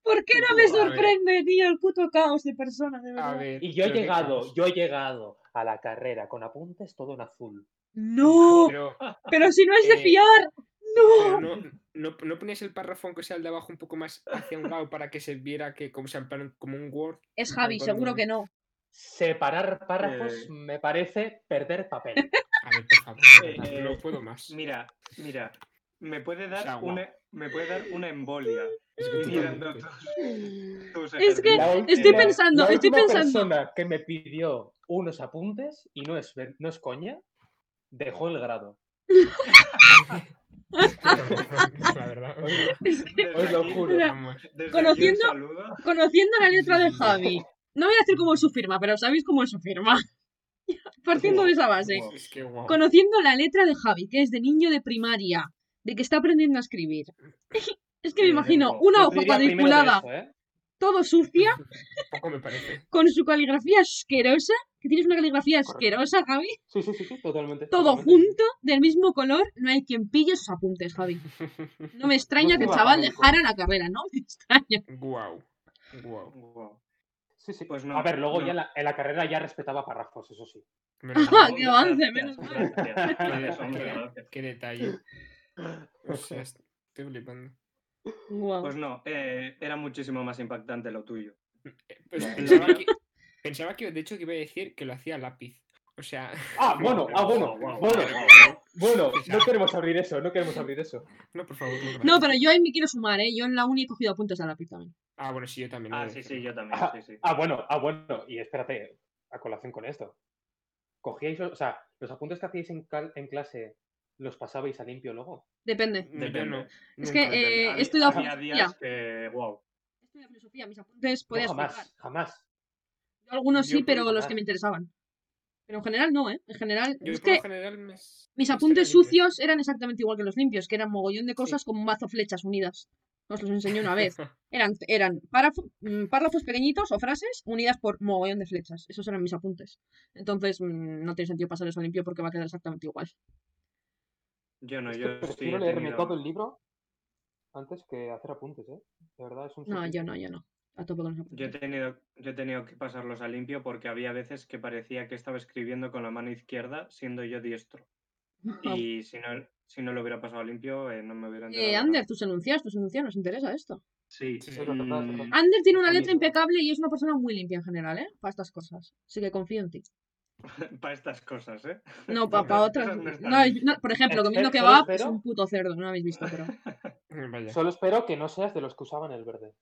Speaker 2: ¿Por qué no me
Speaker 4: A ver.
Speaker 2: sorprende, tío, el puto caos de personas, de
Speaker 4: A
Speaker 2: verdad?
Speaker 4: ver,
Speaker 1: Y yo he
Speaker 4: pero qué
Speaker 1: llegado,
Speaker 4: caos.
Speaker 1: yo he llegado a la carrera con apuntes todo en azul.
Speaker 2: ¡No!
Speaker 4: Pero,
Speaker 2: ¡Pero si no es de
Speaker 4: Eh,
Speaker 2: fiar!
Speaker 4: pero
Speaker 2: ¡No!
Speaker 4: no, no, no ponías el párrafo que sea el de abajo un poco más hacia un lado para que se viera que como sea en plan como un Word.
Speaker 2: Es Javi,
Speaker 4: cuando-
Speaker 2: seguro que no.
Speaker 1: Separar párrafos
Speaker 3: Eh.
Speaker 1: me parece perder papel.
Speaker 4: A ver, por favor, de verdad,
Speaker 3: Eh,
Speaker 4: no puedo más.
Speaker 3: Mira, mira. Me puede
Speaker 4: O sea,
Speaker 3: dar
Speaker 4: guau.
Speaker 3: una, me puede dar una embolia.
Speaker 4: Es que tú
Speaker 3: mirando
Speaker 4: también,
Speaker 3: tus-
Speaker 2: Es
Speaker 3: tus
Speaker 2: que
Speaker 3: ejercicios.
Speaker 1: última-
Speaker 2: estoy pensando,
Speaker 1: la
Speaker 2: estoy
Speaker 1: última
Speaker 2: pensando.
Speaker 1: persona que me pidió unos apuntes, y no es, ver- no es coña, dejó el grado.
Speaker 4: La verdad.
Speaker 3: Desde
Speaker 1: Os lo
Speaker 3: aquí-
Speaker 1: juro.
Speaker 2: Mira,
Speaker 4: Vamos.
Speaker 3: desde aquí un
Speaker 2: Conociendo-
Speaker 3: saludo.
Speaker 2: Conociendo la letra de Javi, no voy a decir cómo es su firma, pero sabéis cómo es su firma. Partiendo de esa base.
Speaker 3: Guau.
Speaker 4: Es que guau.
Speaker 2: Conociendo la letra de Javi, que es de niño de primaria, de que está aprendiendo a escribir. Es que me
Speaker 3: Sí,
Speaker 2: imagino
Speaker 3: tengo.
Speaker 2: una
Speaker 1: Yo
Speaker 2: hoja
Speaker 1: diría primero de
Speaker 2: cuadriculada,
Speaker 1: eso, ¿eh?
Speaker 2: todo sucia,
Speaker 4: Poco me parece.
Speaker 2: con su caligrafía asquerosa, que tienes una caligrafía
Speaker 1: Correcto.
Speaker 2: asquerosa, Javi,
Speaker 1: Sí, sí, sí, sí, totalmente.
Speaker 2: todo
Speaker 1: totalmente.
Speaker 2: junto, del mismo color, no hay quien pille sus apuntes, Javi. No me extraña que el
Speaker 1: Última
Speaker 2: chaval
Speaker 1: pregunta.
Speaker 2: dejara la carrera, no me extraña.
Speaker 4: Guau. Guau.
Speaker 3: Guau.
Speaker 1: Sí, sí.
Speaker 3: Pues no,
Speaker 1: a ver, luego
Speaker 3: no.
Speaker 1: ya en la, en la carrera ya respetaba párrafos, eso sí.
Speaker 2: Ah,
Speaker 4: Menos-
Speaker 2: qué avance,
Speaker 3: Gracias,
Speaker 2: menos mal.
Speaker 3: gracias,
Speaker 4: Qué
Speaker 3: gracias,
Speaker 4: de-
Speaker 3: hombre,
Speaker 4: qué de-
Speaker 3: gracias.
Speaker 4: Qué detalle. O sea, estoy flipando.
Speaker 2: Guau.
Speaker 3: Pues no, eh, era muchísimo más impactante lo tuyo.
Speaker 4: Pues pensaba, que, pensaba que, de hecho, que iba a decir que lo hacía a lápiz. O sea,
Speaker 1: Ah, bueno, ah, bueno,
Speaker 3: Guau, guau,
Speaker 1: bueno,
Speaker 3: guau,
Speaker 1: bueno, no queremos abrir eso, no queremos abrir eso.
Speaker 4: no, por favor. gracias.
Speaker 2: No, pero yo ahí me quiero sumar, ¿eh? Yo en la uni he cogido apuntes a lápiz también.
Speaker 4: Ah, bueno, sí, yo también.
Speaker 3: Ah,
Speaker 4: no,
Speaker 3: sí,
Speaker 4: no.
Speaker 3: sí, yo también, sí, sí.
Speaker 1: Ah, bueno, ah, bueno, y espérate, a colación con esto. Cogíais, los- o sea, los apuntes que hacíais en, cal- en clase, ¿los pasabais a limpio luego?
Speaker 2: Depende.
Speaker 4: No, yo no.
Speaker 2: Es
Speaker 4: Nunca,
Speaker 2: que,
Speaker 4: depende.
Speaker 2: eh,
Speaker 3: Había-
Speaker 2: estudio
Speaker 3: había
Speaker 2: filosofía.
Speaker 3: días que, wow.
Speaker 2: Estudio filosofía, mis apuntes
Speaker 1: No,
Speaker 2: podías jugar.
Speaker 1: jamás, jamás.
Speaker 2: Yo algunos
Speaker 4: Yo
Speaker 2: sí,
Speaker 4: por
Speaker 2: pero
Speaker 1: lo
Speaker 2: los que
Speaker 1: general.
Speaker 2: me interesaban. Pero en general no, ¿eh? En general,
Speaker 4: Yo
Speaker 2: es
Speaker 4: por lo
Speaker 2: que
Speaker 4: general me-
Speaker 2: mis
Speaker 4: me
Speaker 2: apuntes
Speaker 4: salen limpios.
Speaker 2: sucios eran exactamente igual que los limpios, que eran mogollón de cosas con un mazo flechas unidas. Os los enseñé una vez. Eran, eran párrafo- mm, párrafos pequeñitos o frases unidas por mogollón de flechas. Esos eran mis apuntes. Entonces, mm, no tiene sentido pasar eso limpio porque va a quedar exactamente igual.
Speaker 3: Yo no,
Speaker 1: Es que
Speaker 3: yo sí.
Speaker 1: prefiero
Speaker 3: he
Speaker 1: leerme
Speaker 3: tenido-
Speaker 1: todo el libro antes que hacer apuntes, ¿eh? De verdad, es un
Speaker 2: No,
Speaker 1: sufrimiento.
Speaker 2: yo no, yo no. A tope con los
Speaker 3: Yo he,
Speaker 2: apuntes.
Speaker 3: tenido, yo he tenido que pasarlos a limpio porque había veces que parecía que estaba escribiendo con la mano izquierda, siendo yo diestro.
Speaker 2: Ah.
Speaker 3: Y si no, si no lo hubiera pasado a limpio, eh, no me hubieran
Speaker 2: Eh,
Speaker 3: dado
Speaker 2: Ander, tus enunciados, tus enunciados, nos interesa esto.
Speaker 3: Sí,
Speaker 1: sí,
Speaker 4: Sí,
Speaker 1: es verdad, es verdad.
Speaker 3: mm,
Speaker 2: Ander tiene una
Speaker 1: Amigo.
Speaker 2: letra impecable y es una persona muy limpia en general, ¿eh? Para estas cosas. Así que confío en ti.
Speaker 3: para mm, estas cosas, ¿eh?
Speaker 2: No, para
Speaker 3: pero
Speaker 2: otras.
Speaker 3: esas no están
Speaker 2: no hay- no, por ejemplo,
Speaker 1: Espero-
Speaker 2: comiendo
Speaker 1: solo
Speaker 2: kebab es
Speaker 1: espero-
Speaker 2: un puto cerdo, no lo habéis visto, pero.
Speaker 4: Vaya.
Speaker 1: Solo espero que no seas de los que usaban el verde.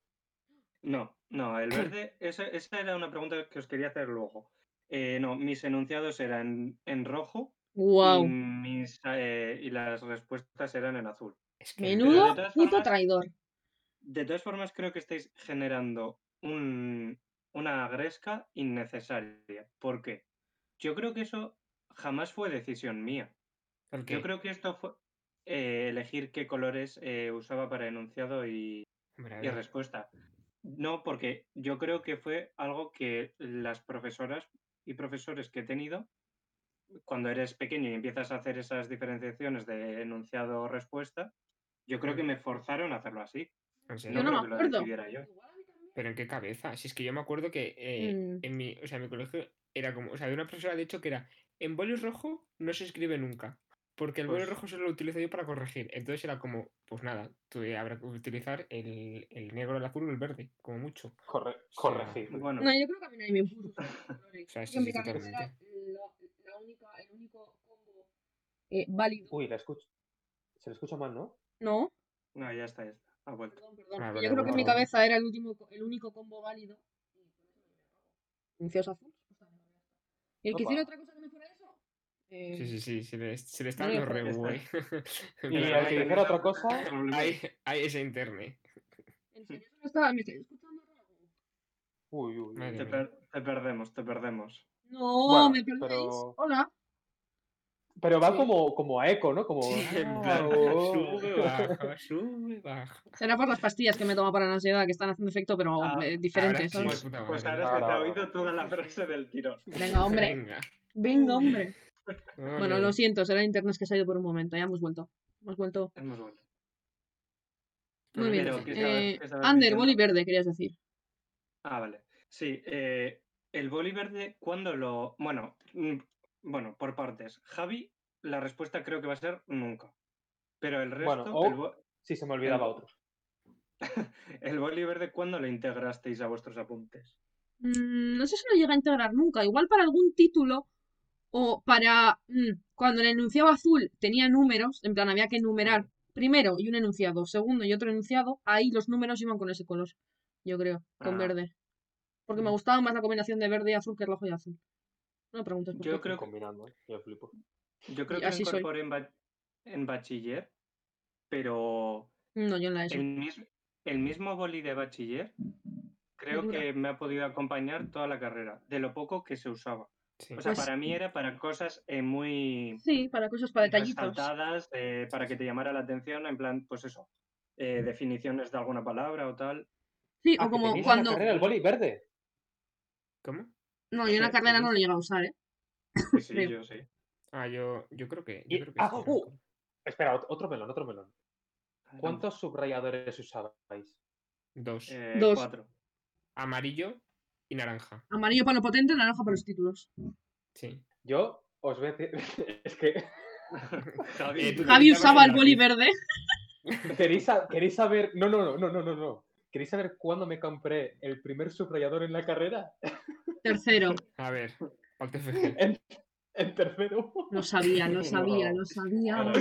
Speaker 3: No, no, el verde, esa, esa era una pregunta que os quería hacer luego. Eh, no, mis enunciados eran en rojo
Speaker 2: ¡Wow!
Speaker 3: y mi mis, eh, y las respuestas eran en azul.
Speaker 4: Es que
Speaker 2: Menudo
Speaker 3: de todas
Speaker 2: puto
Speaker 3: formas-
Speaker 2: traidor.
Speaker 3: De todas formas, creo que estáis generando un- una gresca innecesaria. ¿Por qué? Yo creo que eso jamás fue decisión mía.
Speaker 4: ¿por qué?
Speaker 3: Yo creo que esto fue eh, elegir qué colores eh, usaba para enunciado y,
Speaker 4: Hombre, a
Speaker 3: y
Speaker 4: ver,
Speaker 3: respuesta. No, porque yo creo que fue algo que las profesoras y profesores que he tenido, cuando eres pequeño y empiezas a hacer esas diferenciaciones de enunciado o respuesta, yo creo que me forzaron a hacerlo así.
Speaker 4: en serio.
Speaker 2: Yo
Speaker 3: No,
Speaker 2: no me
Speaker 3: creo que
Speaker 2: acuerdo.
Speaker 3: lo decidiera yo.
Speaker 4: Pero en qué cabeza. Si es que yo me acuerdo que eh,
Speaker 2: Mm.
Speaker 4: en mi, o sea, en mi colegio era como, o sea, de una profesora de hecho que era, en bolus rojo no se escribe nunca, porque el bolus
Speaker 3: Pues-
Speaker 4: rojo solo lo utilizo yo para corregir. Entonces era como, pues nada, tú eh, habrá que utilizar el, el negro, el azul o el verde, como mucho.
Speaker 1: Corre-
Speaker 4: Sí.
Speaker 1: corregir.
Speaker 3: Bueno,
Speaker 2: No, yo creo que a mí nadie me impuso.
Speaker 4: O sea, sí,
Speaker 2: Yo en mi
Speaker 4: sí,
Speaker 2: cabeza
Speaker 4: totalmente.
Speaker 2: era la, la única, el único combo eh, válido.
Speaker 1: Uy, la escucho. Se le escucha mal, ¿no?
Speaker 2: No,
Speaker 3: no, ya está, ya está. Ha vuelto.
Speaker 2: perdón, perdón.
Speaker 4: Ah,
Speaker 2: que
Speaker 4: vale,
Speaker 2: yo creo que en mi
Speaker 4: bueno.
Speaker 2: cabeza era el, último, co- el único combo válido. Inicios azul. ¿Y el que
Speaker 1: Opa.
Speaker 2: hiciera otra cosa que no fuera eso? Eh,
Speaker 4: Sí, sí, sí, se le, se le está
Speaker 2: Vale,
Speaker 4: dando
Speaker 2: pues
Speaker 3: ya
Speaker 4: re
Speaker 3: está.
Speaker 4: güey.
Speaker 1: Y al que dijera otra cosa,
Speaker 4: Hay, hay ese interne.
Speaker 2: ¿En serio eso no estaba? ¿Me estáis escuchando?
Speaker 1: uy, uy, uy.
Speaker 4: Madre.
Speaker 3: Te, per- te perdemos, te perdemos.
Speaker 2: No,
Speaker 1: Bueno,
Speaker 2: ¿me perdéis?
Speaker 1: pero-
Speaker 2: Hola.
Speaker 1: Pero va
Speaker 4: Sí.
Speaker 1: como, como a eco, ¿no? Como.
Speaker 4: Sí, en
Speaker 1: ah,
Speaker 4: plan,
Speaker 1: oh.
Speaker 4: sube, baja, sube, baja.
Speaker 2: Será por las pastillas que me tomo para la ansiedad, que están haciendo efecto, pero
Speaker 3: Ah,
Speaker 2: eh,
Speaker 4: Ahora
Speaker 2: diferente,
Speaker 4: sí,
Speaker 2: ¿sabes?
Speaker 4: de puta
Speaker 3: Pues
Speaker 4: madre.
Speaker 3: ahora es que te ha
Speaker 1: Ahora-
Speaker 3: oído toda la frase del tirón.
Speaker 2: Venga, hombre.
Speaker 4: Venga.
Speaker 2: Venga, hombre. Bueno,
Speaker 4: ole.
Speaker 2: lo siento, será el internet que se ha ido por un momento. Ya hemos vuelto. Hemos vuelto.
Speaker 3: Hemos vuelto.
Speaker 2: Muy bien.
Speaker 3: Pero, ¿qué estabas-
Speaker 2: Eh,
Speaker 3: qué estabas
Speaker 2: under,
Speaker 3: diciendo?
Speaker 2: boli verde, querías decir.
Speaker 3: Ah, vale. Sí, eh, el boli verde, ¿cuándo lo...? Bueno, mm, bueno, por partes. Javi, la respuesta creo que va a ser nunca. Pero el
Speaker 1: Bueno,
Speaker 3: resto,
Speaker 1: o-
Speaker 3: el, bo-
Speaker 1: Sí, se me olvidaba
Speaker 3: El-
Speaker 1: otro.
Speaker 3: el boli verde, ¿cuándo lo integrasteis a vuestros apuntes?
Speaker 2: Mm, no sé si lo llega a integrar nunca. Igual para algún título o para mm, cuando el enunciado azul tenía números, en plan había que enumerar primero y un enunciado, segundo y otro enunciado, ahí los números iban con ese color, yo creo, con
Speaker 3: Ah.
Speaker 2: verde. Porque me
Speaker 3: Mm.
Speaker 2: gustaba más la combinación de verde y azul que rojo y azul. No me preguntes por
Speaker 3: Yo
Speaker 2: qué.
Speaker 3: creo que-
Speaker 1: Combinando, ¿eh? yo flipo.
Speaker 3: Yo creo
Speaker 2: Y
Speaker 3: que lo
Speaker 2: así soy.
Speaker 3: incorporé en, ba- en bachiller, pero
Speaker 2: No, yo en la ESO.
Speaker 3: el, mis- el mismo boli de bachiller creo
Speaker 2: Dura.
Speaker 3: que me ha podido acompañar toda la carrera, de lo poco que se usaba.
Speaker 4: Sí.
Speaker 3: O sea,
Speaker 2: Pues-
Speaker 3: para mí era para cosas eh, muy...
Speaker 2: Sí, para cosas, para detallitos.
Speaker 3: resaltadas eh, para que te llamara la atención, en plan, pues eso, eh, definiciones de alguna palabra o tal.
Speaker 2: Sí,
Speaker 1: Ah,
Speaker 2: o
Speaker 1: que
Speaker 2: como
Speaker 1: tenéis en la
Speaker 2: cuando...
Speaker 1: carrera el boli verde.
Speaker 4: ¿Cómo?
Speaker 2: No, yo en la
Speaker 3: Sí,
Speaker 2: carrera no
Speaker 3: tenéis.
Speaker 2: lo llegué a usar, ¿eh?
Speaker 3: Sí, sí,
Speaker 2: Creo.
Speaker 3: yo sí.
Speaker 4: Ah, yo, yo creo que. Yo
Speaker 1: Y-
Speaker 4: creo que
Speaker 1: ah,
Speaker 4: sí,
Speaker 1: uh,
Speaker 4: Marco.
Speaker 1: Espera, ot- otro melón, otro melón. ¿Cuántos subrayadores usabais?
Speaker 4: Dos.
Speaker 3: Eh,
Speaker 2: Dos.
Speaker 3: Cuatro.
Speaker 4: Amarillo y naranja.
Speaker 2: Amarillo para lo potente, naranja para los títulos.
Speaker 4: Sí.
Speaker 1: Yo os voy a decir. es que.
Speaker 3: Javi,
Speaker 4: Eh, tú
Speaker 2: Javi
Speaker 4: Utilizabas
Speaker 2: usaba el
Speaker 4: el
Speaker 2: boli
Speaker 4: lápiz.
Speaker 2: verde.
Speaker 1: ¿Queréis, sa- queréis saber.? No, no, no, no, no, no, no. ¿Queréis saber cuándo me compré el primer subrayador en la carrera?
Speaker 2: Tercero.
Speaker 4: A ver. ¿cuál te
Speaker 3: Eh,
Speaker 4: fue?
Speaker 1: En, en tercero.
Speaker 2: Lo sabía, lo
Speaker 1: No.
Speaker 2: sabía, lo sabía.
Speaker 1: Claro.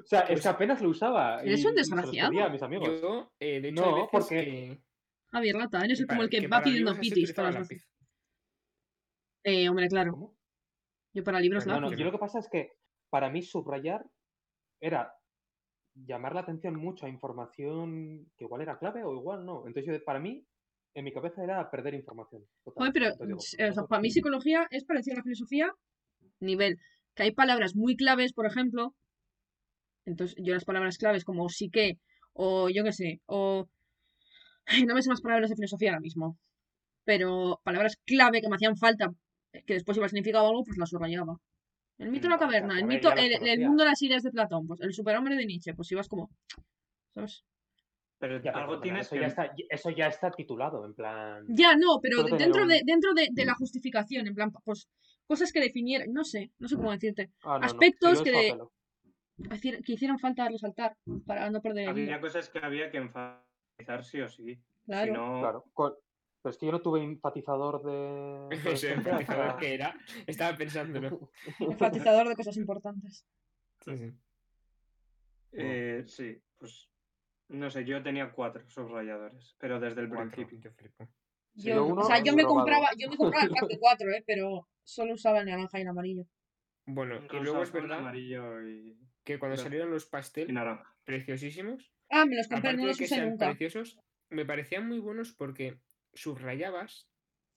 Speaker 1: O sea, es
Speaker 4: Pues-
Speaker 1: que apenas lo usaba.
Speaker 2: Eres un
Speaker 1: y- y se los
Speaker 2: desgraciado.
Speaker 1: pedía a mis amigos.
Speaker 4: Yo, eh, de hecho,
Speaker 1: No,
Speaker 4: hay veces
Speaker 1: porque-
Speaker 4: que-
Speaker 2: Javier Lata, eres
Speaker 4: que
Speaker 2: como
Speaker 4: para-
Speaker 2: el que, va
Speaker 4: para
Speaker 2: pidiendo
Speaker 4: libros así
Speaker 2: pitis
Speaker 4: utilizaba
Speaker 2: todas las
Speaker 4: lápiz.
Speaker 2: veces. Eh, hombre, claro.
Speaker 1: ¿Cómo?
Speaker 2: Yo para libros
Speaker 4: Pero
Speaker 1: No,
Speaker 2: lápiz.
Speaker 1: no,
Speaker 4: Claro, que
Speaker 1: yo
Speaker 4: no.
Speaker 1: lo que pasa es que para mí subrayar era llamar la atención mucho a información que igual era clave o igual no. Entonces, yo, para mí, en mi cabeza era perder información. total.
Speaker 2: Joder, pero
Speaker 1: Entonces digo,
Speaker 2: s-
Speaker 1: pues,
Speaker 2: o sea,
Speaker 1: no.
Speaker 2: para mí psicología es parecida a la filosofía, nivel. Que hay palabras muy claves, por ejemplo. Entonces, yo las palabras claves como psique, o yo qué sé, o. Ay, no me sé más palabras de filosofía ahora mismo. Pero palabras clave que me hacían falta, eh, que después iba a significar algo, pues las subrayaba. El mito de la
Speaker 1: Mm, vale,
Speaker 2: caverna,
Speaker 1: a
Speaker 2: el
Speaker 1: ver,
Speaker 2: mito,
Speaker 1: ya las
Speaker 2: el, el
Speaker 1: conocía.
Speaker 2: mundo de las ideas de Platón, pues el superhombre de Nietzsche, pues ibas como. ¿Sabes?
Speaker 3: Pero
Speaker 1: Ya, pero
Speaker 3: algo
Speaker 1: perdona,
Speaker 3: tienes
Speaker 1: eso,
Speaker 3: que...
Speaker 1: ya está, eso ya está titulado, en plan.
Speaker 2: Ya, no, pero
Speaker 1: Solo tener
Speaker 2: dentro, de,
Speaker 1: un-
Speaker 2: dentro de, de la justificación, en plan, pues cosas que definieran, no sé, no sé cómo decirte,
Speaker 1: Ah, no, no,
Speaker 2: aspectos
Speaker 1: yo
Speaker 2: que
Speaker 1: eso
Speaker 2: de-
Speaker 1: apelo.
Speaker 2: hacer- que hicieran falta resaltar para no perder el
Speaker 3: Había
Speaker 2: hilo.
Speaker 3: cosas que había que enfatizar sí o sí. Si
Speaker 2: Claro.
Speaker 3: no,
Speaker 1: Claro. con- Pero es que yo no tuve enfatizador de.
Speaker 4: O sea,
Speaker 1: adolescencia
Speaker 4: empezaba
Speaker 1: hasta-
Speaker 4: que era. Estaba pensándolo.
Speaker 2: Enfatizador de cosas importantes.
Speaker 4: Sí, sí.
Speaker 3: eh, sí, pues no sé, yo tenía cuatro subrayadores, pero desde el
Speaker 4: Cuatro,
Speaker 3: principio.
Speaker 4: yo flipo.
Speaker 1: Sí,
Speaker 2: Yo,
Speaker 1: uno
Speaker 2: o sea,
Speaker 1: es
Speaker 2: yo me
Speaker 1: drogado.
Speaker 2: compraba, yo me compraba el pack de cuatro, eh, pero solo usaba el naranja y el amarillo.
Speaker 4: Bueno, y
Speaker 3: Rosa
Speaker 4: luego es
Speaker 3: con
Speaker 4: verdad
Speaker 3: amarillo y,
Speaker 4: que cuando
Speaker 3: Claro.
Speaker 4: salieron los
Speaker 3: y
Speaker 4: pastel
Speaker 3: naranja.
Speaker 4: preciosísimos,
Speaker 2: Ah, me los compré,
Speaker 4: aparte
Speaker 2: no
Speaker 4: de
Speaker 2: los
Speaker 4: que
Speaker 2: usé
Speaker 4: sean
Speaker 2: nunca.
Speaker 4: preciosos, me parecían muy buenos porque subrayabas,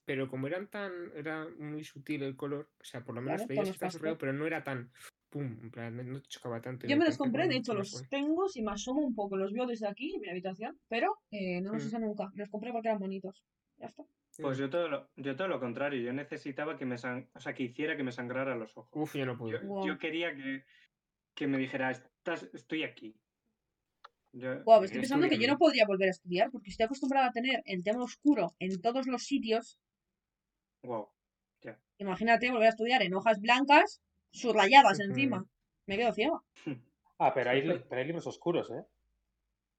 Speaker 4: pero como eran tan, era muy sutil el color, o sea, por lo menos
Speaker 2: Claro, con los
Speaker 4: veías que estaba
Speaker 2: pastel.
Speaker 4: subrayado, pero no era tan pum, en plan, no te chocaba tanto. y
Speaker 2: Yo me los
Speaker 4: parecía
Speaker 2: compré,
Speaker 4: como
Speaker 2: de
Speaker 4: mucho
Speaker 2: hecho
Speaker 4: más
Speaker 2: los
Speaker 4: guay.
Speaker 2: tengo, si me asomo un poco, los veo desde aquí, en mi habitación, pero eh, no los
Speaker 4: Mm.
Speaker 2: usé nunca. Me los compré porque eran bonitos. Ya está.
Speaker 3: Pues yo todo, lo, yo todo lo contrario, yo necesitaba que me sang- o sea, que hiciera que me sangrara los ojos.
Speaker 4: Uf, yo no
Speaker 3: Yo,
Speaker 4: pude.
Speaker 2: Guau.
Speaker 3: yo quería que, que me dijera, "Estás- estoy aquí. Yo-
Speaker 2: Guau, estoy
Speaker 4: Yo
Speaker 2: pensando que yo
Speaker 4: estudiando.
Speaker 2: no podría volver a estudiar porque estoy acostumbrada a tener el tema oscuro en todos los sitios.
Speaker 3: guau.
Speaker 2: Imagínate volver a estudiar en hojas blancas, subrayadas
Speaker 4: Ujú.
Speaker 2: encima. Me quedo ciega.
Speaker 1: Ah, pero hay, li- pero hay libros oscuros, ¿eh?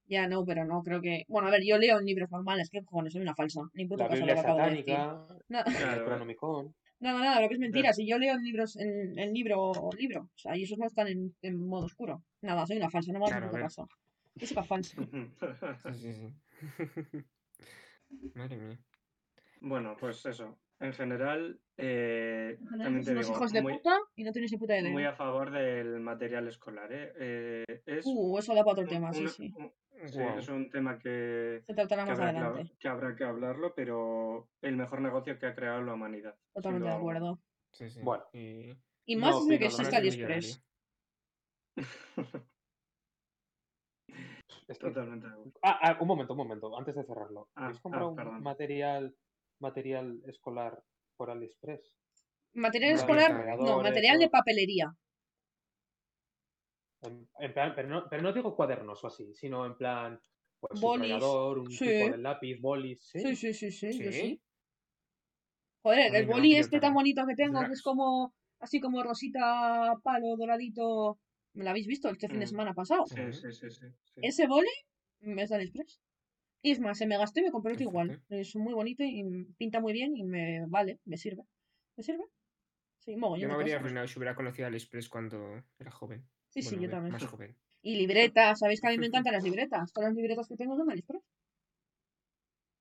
Speaker 2: Ya no, pero no creo que. Bueno, a ver, yo leo en libros normales, que cojones, soy una falsa. Ni puto
Speaker 1: La
Speaker 2: caso a lo
Speaker 1: Biblia
Speaker 2: que acabo de decir.
Speaker 1: satánica,
Speaker 2: No.
Speaker 1: el
Speaker 3: Claro, eh.
Speaker 1: Necronomicon.
Speaker 2: Nada, nada, lo que es mentira. Si yo leo en libros, en, en libro o libro, o sea, y esos no están en, en modo oscuro. Nada, soy una falsa, no me hagas
Speaker 4: Claro, a
Speaker 2: puto
Speaker 4: ver.
Speaker 2: caso. Yo soy una falsa.
Speaker 4: Sí, sí, sí. Madre mía.
Speaker 3: bueno, pues eso. En general, eh,
Speaker 2: En general, sois
Speaker 3: también te
Speaker 2: unos
Speaker 3: digo,
Speaker 2: hijos de
Speaker 3: muy,
Speaker 2: puta y no tenéis ni puta idea.
Speaker 3: muy a favor del material escolar. ¿eh? Eh, es,
Speaker 2: Uh, eso da para otro
Speaker 3: un-
Speaker 2: tema, sí,
Speaker 3: una-
Speaker 2: sí.
Speaker 3: un- sí,
Speaker 4: Guau.
Speaker 3: es un tema que,
Speaker 2: Se tratará
Speaker 3: que
Speaker 2: más
Speaker 3: habrá que,
Speaker 2: adelante.
Speaker 3: hab- que habrá que hablarlo, pero el mejor negocio que ha creado la humanidad. sin
Speaker 2: Totalmente de
Speaker 3: duda alguna.
Speaker 2: acuerdo.
Speaker 4: Sí, sí.
Speaker 1: Bueno.
Speaker 4: Y-
Speaker 2: Y
Speaker 1: No
Speaker 2: más desde
Speaker 1: opino
Speaker 2: que existe
Speaker 1: nada.
Speaker 4: Además,
Speaker 2: AliExpress. ¿eh?
Speaker 1: Es que-
Speaker 3: Totalmente de acuerdo.
Speaker 1: Ah, ah, un momento, un momento, antes de cerrarlo.
Speaker 3: Ah,
Speaker 1: ¿Habéis
Speaker 3: ah,
Speaker 1: comprado un
Speaker 3: perdón.
Speaker 1: material, material escolar por AliExpress?
Speaker 2: Material
Speaker 4: Vale,
Speaker 2: escolar,
Speaker 4: vale.
Speaker 2: no,
Speaker 1: Ordenadores,
Speaker 2: material de
Speaker 1: todo.
Speaker 2: papelería.
Speaker 1: En, en plan, pero no, pero no digo cuadernos o así, sino en plan, pues,
Speaker 2: Bolis,
Speaker 1: subrayador, un
Speaker 2: sí.
Speaker 1: tipo de lápiz, bolis, ¿sí?
Speaker 2: Sí, sí, sí, sí, yo sí.
Speaker 4: Sí.
Speaker 2: Joder,
Speaker 4: Ay,
Speaker 2: el
Speaker 4: no,
Speaker 2: boli
Speaker 4: tío,
Speaker 2: este tan
Speaker 4: tan-
Speaker 2: bonito que tengo, que es
Speaker 4: Drax.
Speaker 2: como así como rosita, palo, doradito. ¿Me lo habéis visto este fin de
Speaker 4: Mm.
Speaker 2: semana pasado?
Speaker 3: Sí, sí, sí, sí, sí.
Speaker 2: Ese boli mm, es de AliExpress. Y es más, se me gastó y me compré otro
Speaker 4: Qué
Speaker 2: igual.
Speaker 4: fuerte.
Speaker 2: Es muy bonito y m- pinta muy bien y me vale, me sirve. ¿Me sirve? Sí,
Speaker 4: Yo
Speaker 2: mogollón
Speaker 4: me
Speaker 2: de
Speaker 4: habría
Speaker 2: cosas.
Speaker 4: arruinado si hubiera conocido al Express cuando era joven.
Speaker 2: Sí, sí,
Speaker 4: Bueno,
Speaker 2: yo
Speaker 4: ve-
Speaker 2: también.
Speaker 4: Más joven.
Speaker 2: Y libretas, sabéis que a mí me encantan las libretas. Todas las libretas que tengo son de AliExpress.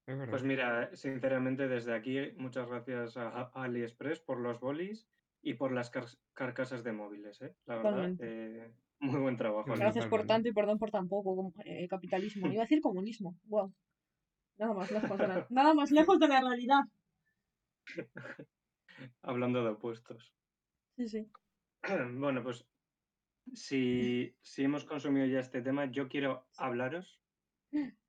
Speaker 4: Es verdad.
Speaker 3: Pues mira, sinceramente desde aquí muchas gracias a a AliExpress por los bolis y por las car- carcasas de móviles, ¿eh? La verdad,
Speaker 2: Totalmente.
Speaker 3: eh, muy buen trabajo.
Speaker 4: Pues
Speaker 2: Gracias por tanto
Speaker 4: totalmente.
Speaker 2: y perdón por tan poco. com- eh, capitalismo. Iba a decir comunismo. Wow. Nada más lejos de la, nada más lejos de la realidad.
Speaker 3: Hablando de opuestos.
Speaker 2: Sí, sí.
Speaker 3: bueno, pues si, si hemos consumido ya este tema, yo quiero hablaros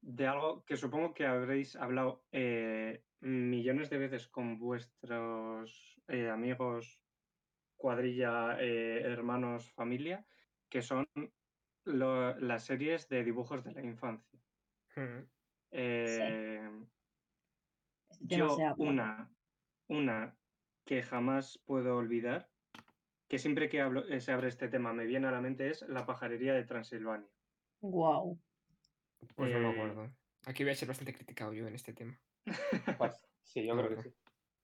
Speaker 3: de algo que supongo que habréis hablado eh, millones de veces con vuestros eh, amigos, cuadrilla, eh, hermanos, familia, que son lo- las series de dibujos de la infancia.
Speaker 4: Mm.
Speaker 3: Eh,
Speaker 2: Este tema
Speaker 3: yo
Speaker 2: se habla.
Speaker 3: una, una que jamás puedo olvidar, que siempre que hablo, eh, se abre este tema me viene a la mente es La pajarería de Transilvania.
Speaker 2: Guau.
Speaker 4: Pues no me
Speaker 3: Eh,
Speaker 4: acuerdo. Aquí voy a ser bastante criticado yo en este tema.
Speaker 1: Pues, sí, yo
Speaker 4: No,
Speaker 1: creo que
Speaker 4: no.
Speaker 1: sí.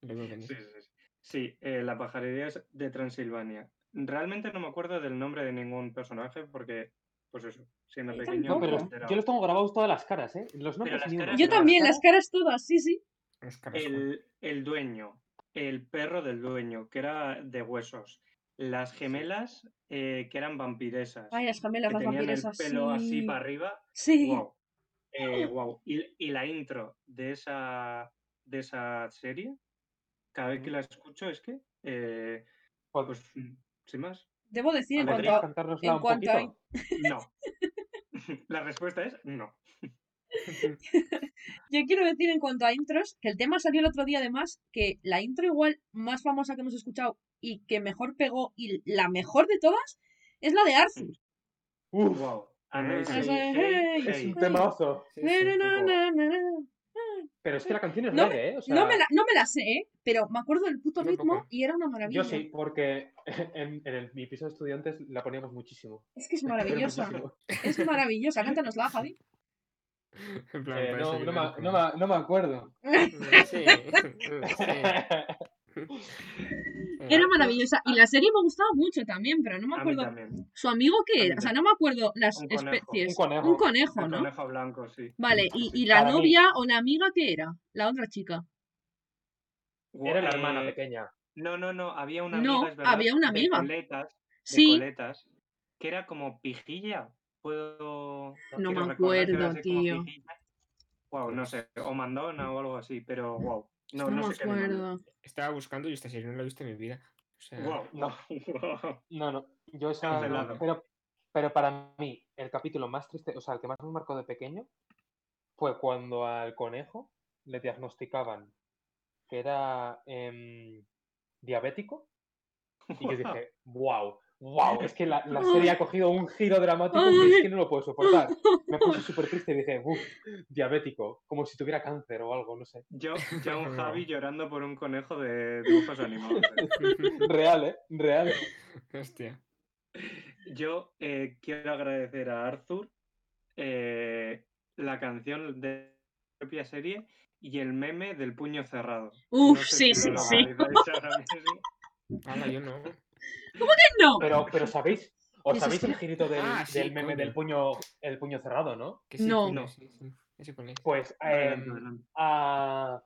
Speaker 4: Lo veo venir.
Speaker 3: Sí, sí, sí. Sí, eh, la pajarería es de Transilvania. Realmente no me acuerdo del nombre de ningún personaje porque, pues eso, siendo
Speaker 2: Yo
Speaker 3: pequeño...
Speaker 1: No,
Speaker 2: tampoco.
Speaker 3: me
Speaker 1: pero
Speaker 3: enteraba.
Speaker 1: yo los tengo grabados todas las caras, ¿eh? Los nombres
Speaker 3: las
Speaker 1: ni uno.
Speaker 3: caras
Speaker 2: Yo
Speaker 3: Las
Speaker 2: también, las caras todas, sí, sí.
Speaker 4: Los caras, joder.
Speaker 3: El, el dueño, el perro del dueño, que era de huesos. Las gemelas, eh, que eran vampiresas.
Speaker 2: Ay, las gemelas,
Speaker 3: que
Speaker 2: las
Speaker 3: tenían el
Speaker 2: vampiresas,
Speaker 3: pelo así
Speaker 2: sí.
Speaker 3: para arriba.
Speaker 2: Sí.
Speaker 3: Wow. Eh, wow. Y, y la intro de esa, de esa serie, cada vez que la escucho es que, eh, pues, sin más.
Speaker 2: Debo decir en
Speaker 3: Andrea,
Speaker 2: cuanto a... en
Speaker 1: cantárnosla un
Speaker 2: cuanto
Speaker 1: poquito?
Speaker 2: a-
Speaker 3: No. La respuesta es no.
Speaker 2: Yo quiero decir en cuanto a intros, que el tema salió el otro día además, que la intro igual más famosa que hemos escuchado y que mejor pegó y la mejor de todas es la de Arthur.
Speaker 1: Uf,
Speaker 3: Wow. Andrés,
Speaker 4: Mm.
Speaker 3: hey,
Speaker 2: Eso es,
Speaker 3: hey,
Speaker 2: hey,
Speaker 1: es un
Speaker 3: hey.
Speaker 2: ¡eh! sí.
Speaker 1: temazo.
Speaker 4: Sí,
Speaker 2: Na,
Speaker 4: sí.
Speaker 2: na, na, na, na, na.
Speaker 1: Pero es que la canción es
Speaker 2: No
Speaker 1: reggae, ¿eh? O sea,
Speaker 2: No me la, no me la sé, ¿eh? pero me acuerdo del puto
Speaker 4: Yo
Speaker 2: ritmo
Speaker 4: tampoco.
Speaker 2: y era una maravilla.
Speaker 1: yo sí, porque en, en el- mi piso de estudiantes la poníamos muchísimo.
Speaker 2: Es que es
Speaker 1: Pero
Speaker 2: maravillosa.
Speaker 1: muchísimo.
Speaker 2: Es maravillosa. Cántanosla, Javi.
Speaker 4: En plan,
Speaker 1: Eh,
Speaker 4: para
Speaker 1: no,
Speaker 4: eso
Speaker 1: no,
Speaker 4: yo
Speaker 1: me,
Speaker 4: conozco
Speaker 1: no,
Speaker 4: más.
Speaker 1: me, no me acuerdo.
Speaker 4: Sí, sí.
Speaker 2: Era maravillosa. Y la serie me gustaba mucho también, pero no me
Speaker 3: A mí
Speaker 2: acuerdo.
Speaker 3: también.
Speaker 2: ¿Su amigo
Speaker 3: A
Speaker 2: qué
Speaker 3: mí
Speaker 2: era? O sea,
Speaker 3: también.
Speaker 2: no me acuerdo las
Speaker 3: Un conejo,
Speaker 1: un
Speaker 2: especies.
Speaker 1: conejo.
Speaker 2: Un conejo,
Speaker 3: El
Speaker 2: ¿no?
Speaker 3: conejo blanco, sí.
Speaker 2: Vale, y, y la
Speaker 1: Para mí.
Speaker 2: novia o la amiga qué era? La otra chica.
Speaker 3: Guau,
Speaker 1: Era la
Speaker 3: eh,
Speaker 1: hermana pequeña.
Speaker 3: No, no, no, había una
Speaker 2: No,
Speaker 3: amiga. es verdad,
Speaker 2: había una
Speaker 3: de
Speaker 2: amiga.
Speaker 3: coletas, de
Speaker 2: Sí.
Speaker 3: coletas, que era como pijilla.
Speaker 2: No
Speaker 3: Puedo. quiero
Speaker 2: me
Speaker 3: recordar que era
Speaker 2: acuerdo,
Speaker 3: así como
Speaker 2: tío.
Speaker 3: pijilla. Guau, no sé, o mandona o algo así, pero wow. No,
Speaker 2: no,
Speaker 3: no,
Speaker 2: me
Speaker 3: sé qué animal.
Speaker 2: acuerdo.
Speaker 4: Estaba buscando y esta serie no la he visto en mi vida. O sea,
Speaker 3: Guau, no.
Speaker 1: No, no, yo esa no,
Speaker 3: Cancelado.
Speaker 1: pero, pero para mí, el capítulo más triste, o sea, el que más me marcó de pequeño, fue cuando al conejo le diagnosticaban que era em, diabético. Y yo dije, wow, wow, es que la, la serie ha cogido un giro dramático que es que no lo puedo soportar. Me puse súper triste y dije, uff, diabético, como si tuviera cáncer o algo, no sé.
Speaker 3: Yo, yo a un Javi llorando por un conejo de dibujos animados. ¿eh?
Speaker 1: Real, ¿eh? Real.
Speaker 4: Hostia.
Speaker 3: Yo eh, quiero agradecer a Arthur eh, la canción de la propia serie y el meme del puño cerrado.
Speaker 2: Uf,
Speaker 3: No sé
Speaker 2: sí,
Speaker 3: si
Speaker 2: sí,
Speaker 3: lo
Speaker 2: sí.
Speaker 3: localizáis ahora mismo.
Speaker 4: Ala, yo no.
Speaker 2: No,
Speaker 1: Pero, pero ¿sabéis? ¿Os
Speaker 2: Eso es
Speaker 1: sabéis el
Speaker 2: que-
Speaker 1: girito del,
Speaker 4: Ah, sí,
Speaker 1: del meme
Speaker 4: coño.
Speaker 1: del puño, el puño cerrado, no?
Speaker 4: Que sí,
Speaker 2: No.
Speaker 4: coño,
Speaker 3: No.
Speaker 4: sí, sí. Ese con él.
Speaker 1: Pues
Speaker 3: Adelante,
Speaker 1: em,
Speaker 3: adelante.
Speaker 1: a,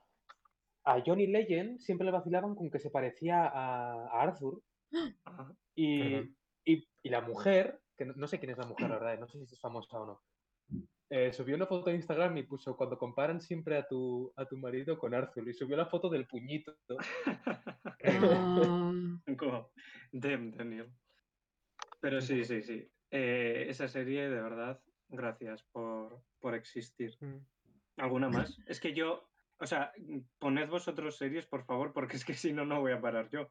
Speaker 1: a Johnny Legend siempre le vacilaban con que se parecía a, a Arthur
Speaker 3: Ajá.
Speaker 1: y,
Speaker 4: Perdón.
Speaker 1: y- y la mujer, que no, no sé quién es la mujer, la verdad, no sé si es famosa o no, eh, subió una foto de Instagram y puso cuando comparan siempre a tu, a tu marido con Arthur y subió la foto del puñito.
Speaker 2: Ah,
Speaker 3: Como, damn, Daniel. Pero sí, sí, sí. Eh, esa serie, de verdad, gracias por, por existir.
Speaker 4: Mm.
Speaker 3: ¿Alguna más? Es que yo, o sea, poned vosotros series, por favor, porque es que si no, no voy a parar yo.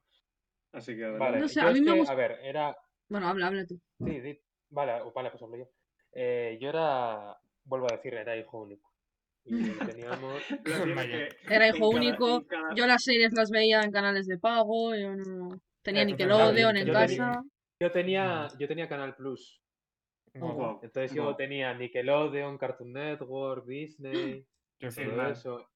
Speaker 3: Así que adelante.
Speaker 1: Vale,
Speaker 2: No sé,
Speaker 1: yo
Speaker 2: a mí
Speaker 1: es
Speaker 2: me
Speaker 1: que,
Speaker 2: gust-
Speaker 1: a ver, era,
Speaker 2: Bueno, habla, habla tú.
Speaker 3: Mm.
Speaker 1: Sí, di- vale, o- vale, pues hablo yo. Eh, yo era, vuelvo a decir, era hijo único. Y teníamos.
Speaker 3: Lo tiene
Speaker 4: Vaya.
Speaker 3: que-
Speaker 2: Era
Speaker 3: en
Speaker 2: hijo
Speaker 3: cada-
Speaker 2: único,
Speaker 3: en cada-
Speaker 2: Yo las series las veía en canales de pago, yo no tenía
Speaker 3: Eh, pues
Speaker 4: Ah,
Speaker 2: Nickelodeon en
Speaker 1: yo tenía-
Speaker 2: casa.
Speaker 1: Yo tenía, yo tenía Canal Plus.
Speaker 3: Guau,
Speaker 4: Guau.
Speaker 1: Entonces yo
Speaker 3: guau.
Speaker 1: tenía Nickelodeon, Cartoon Network, Disney,
Speaker 4: Yo
Speaker 3: Sin
Speaker 1: todo
Speaker 4: fui-
Speaker 3: más,
Speaker 1: eso.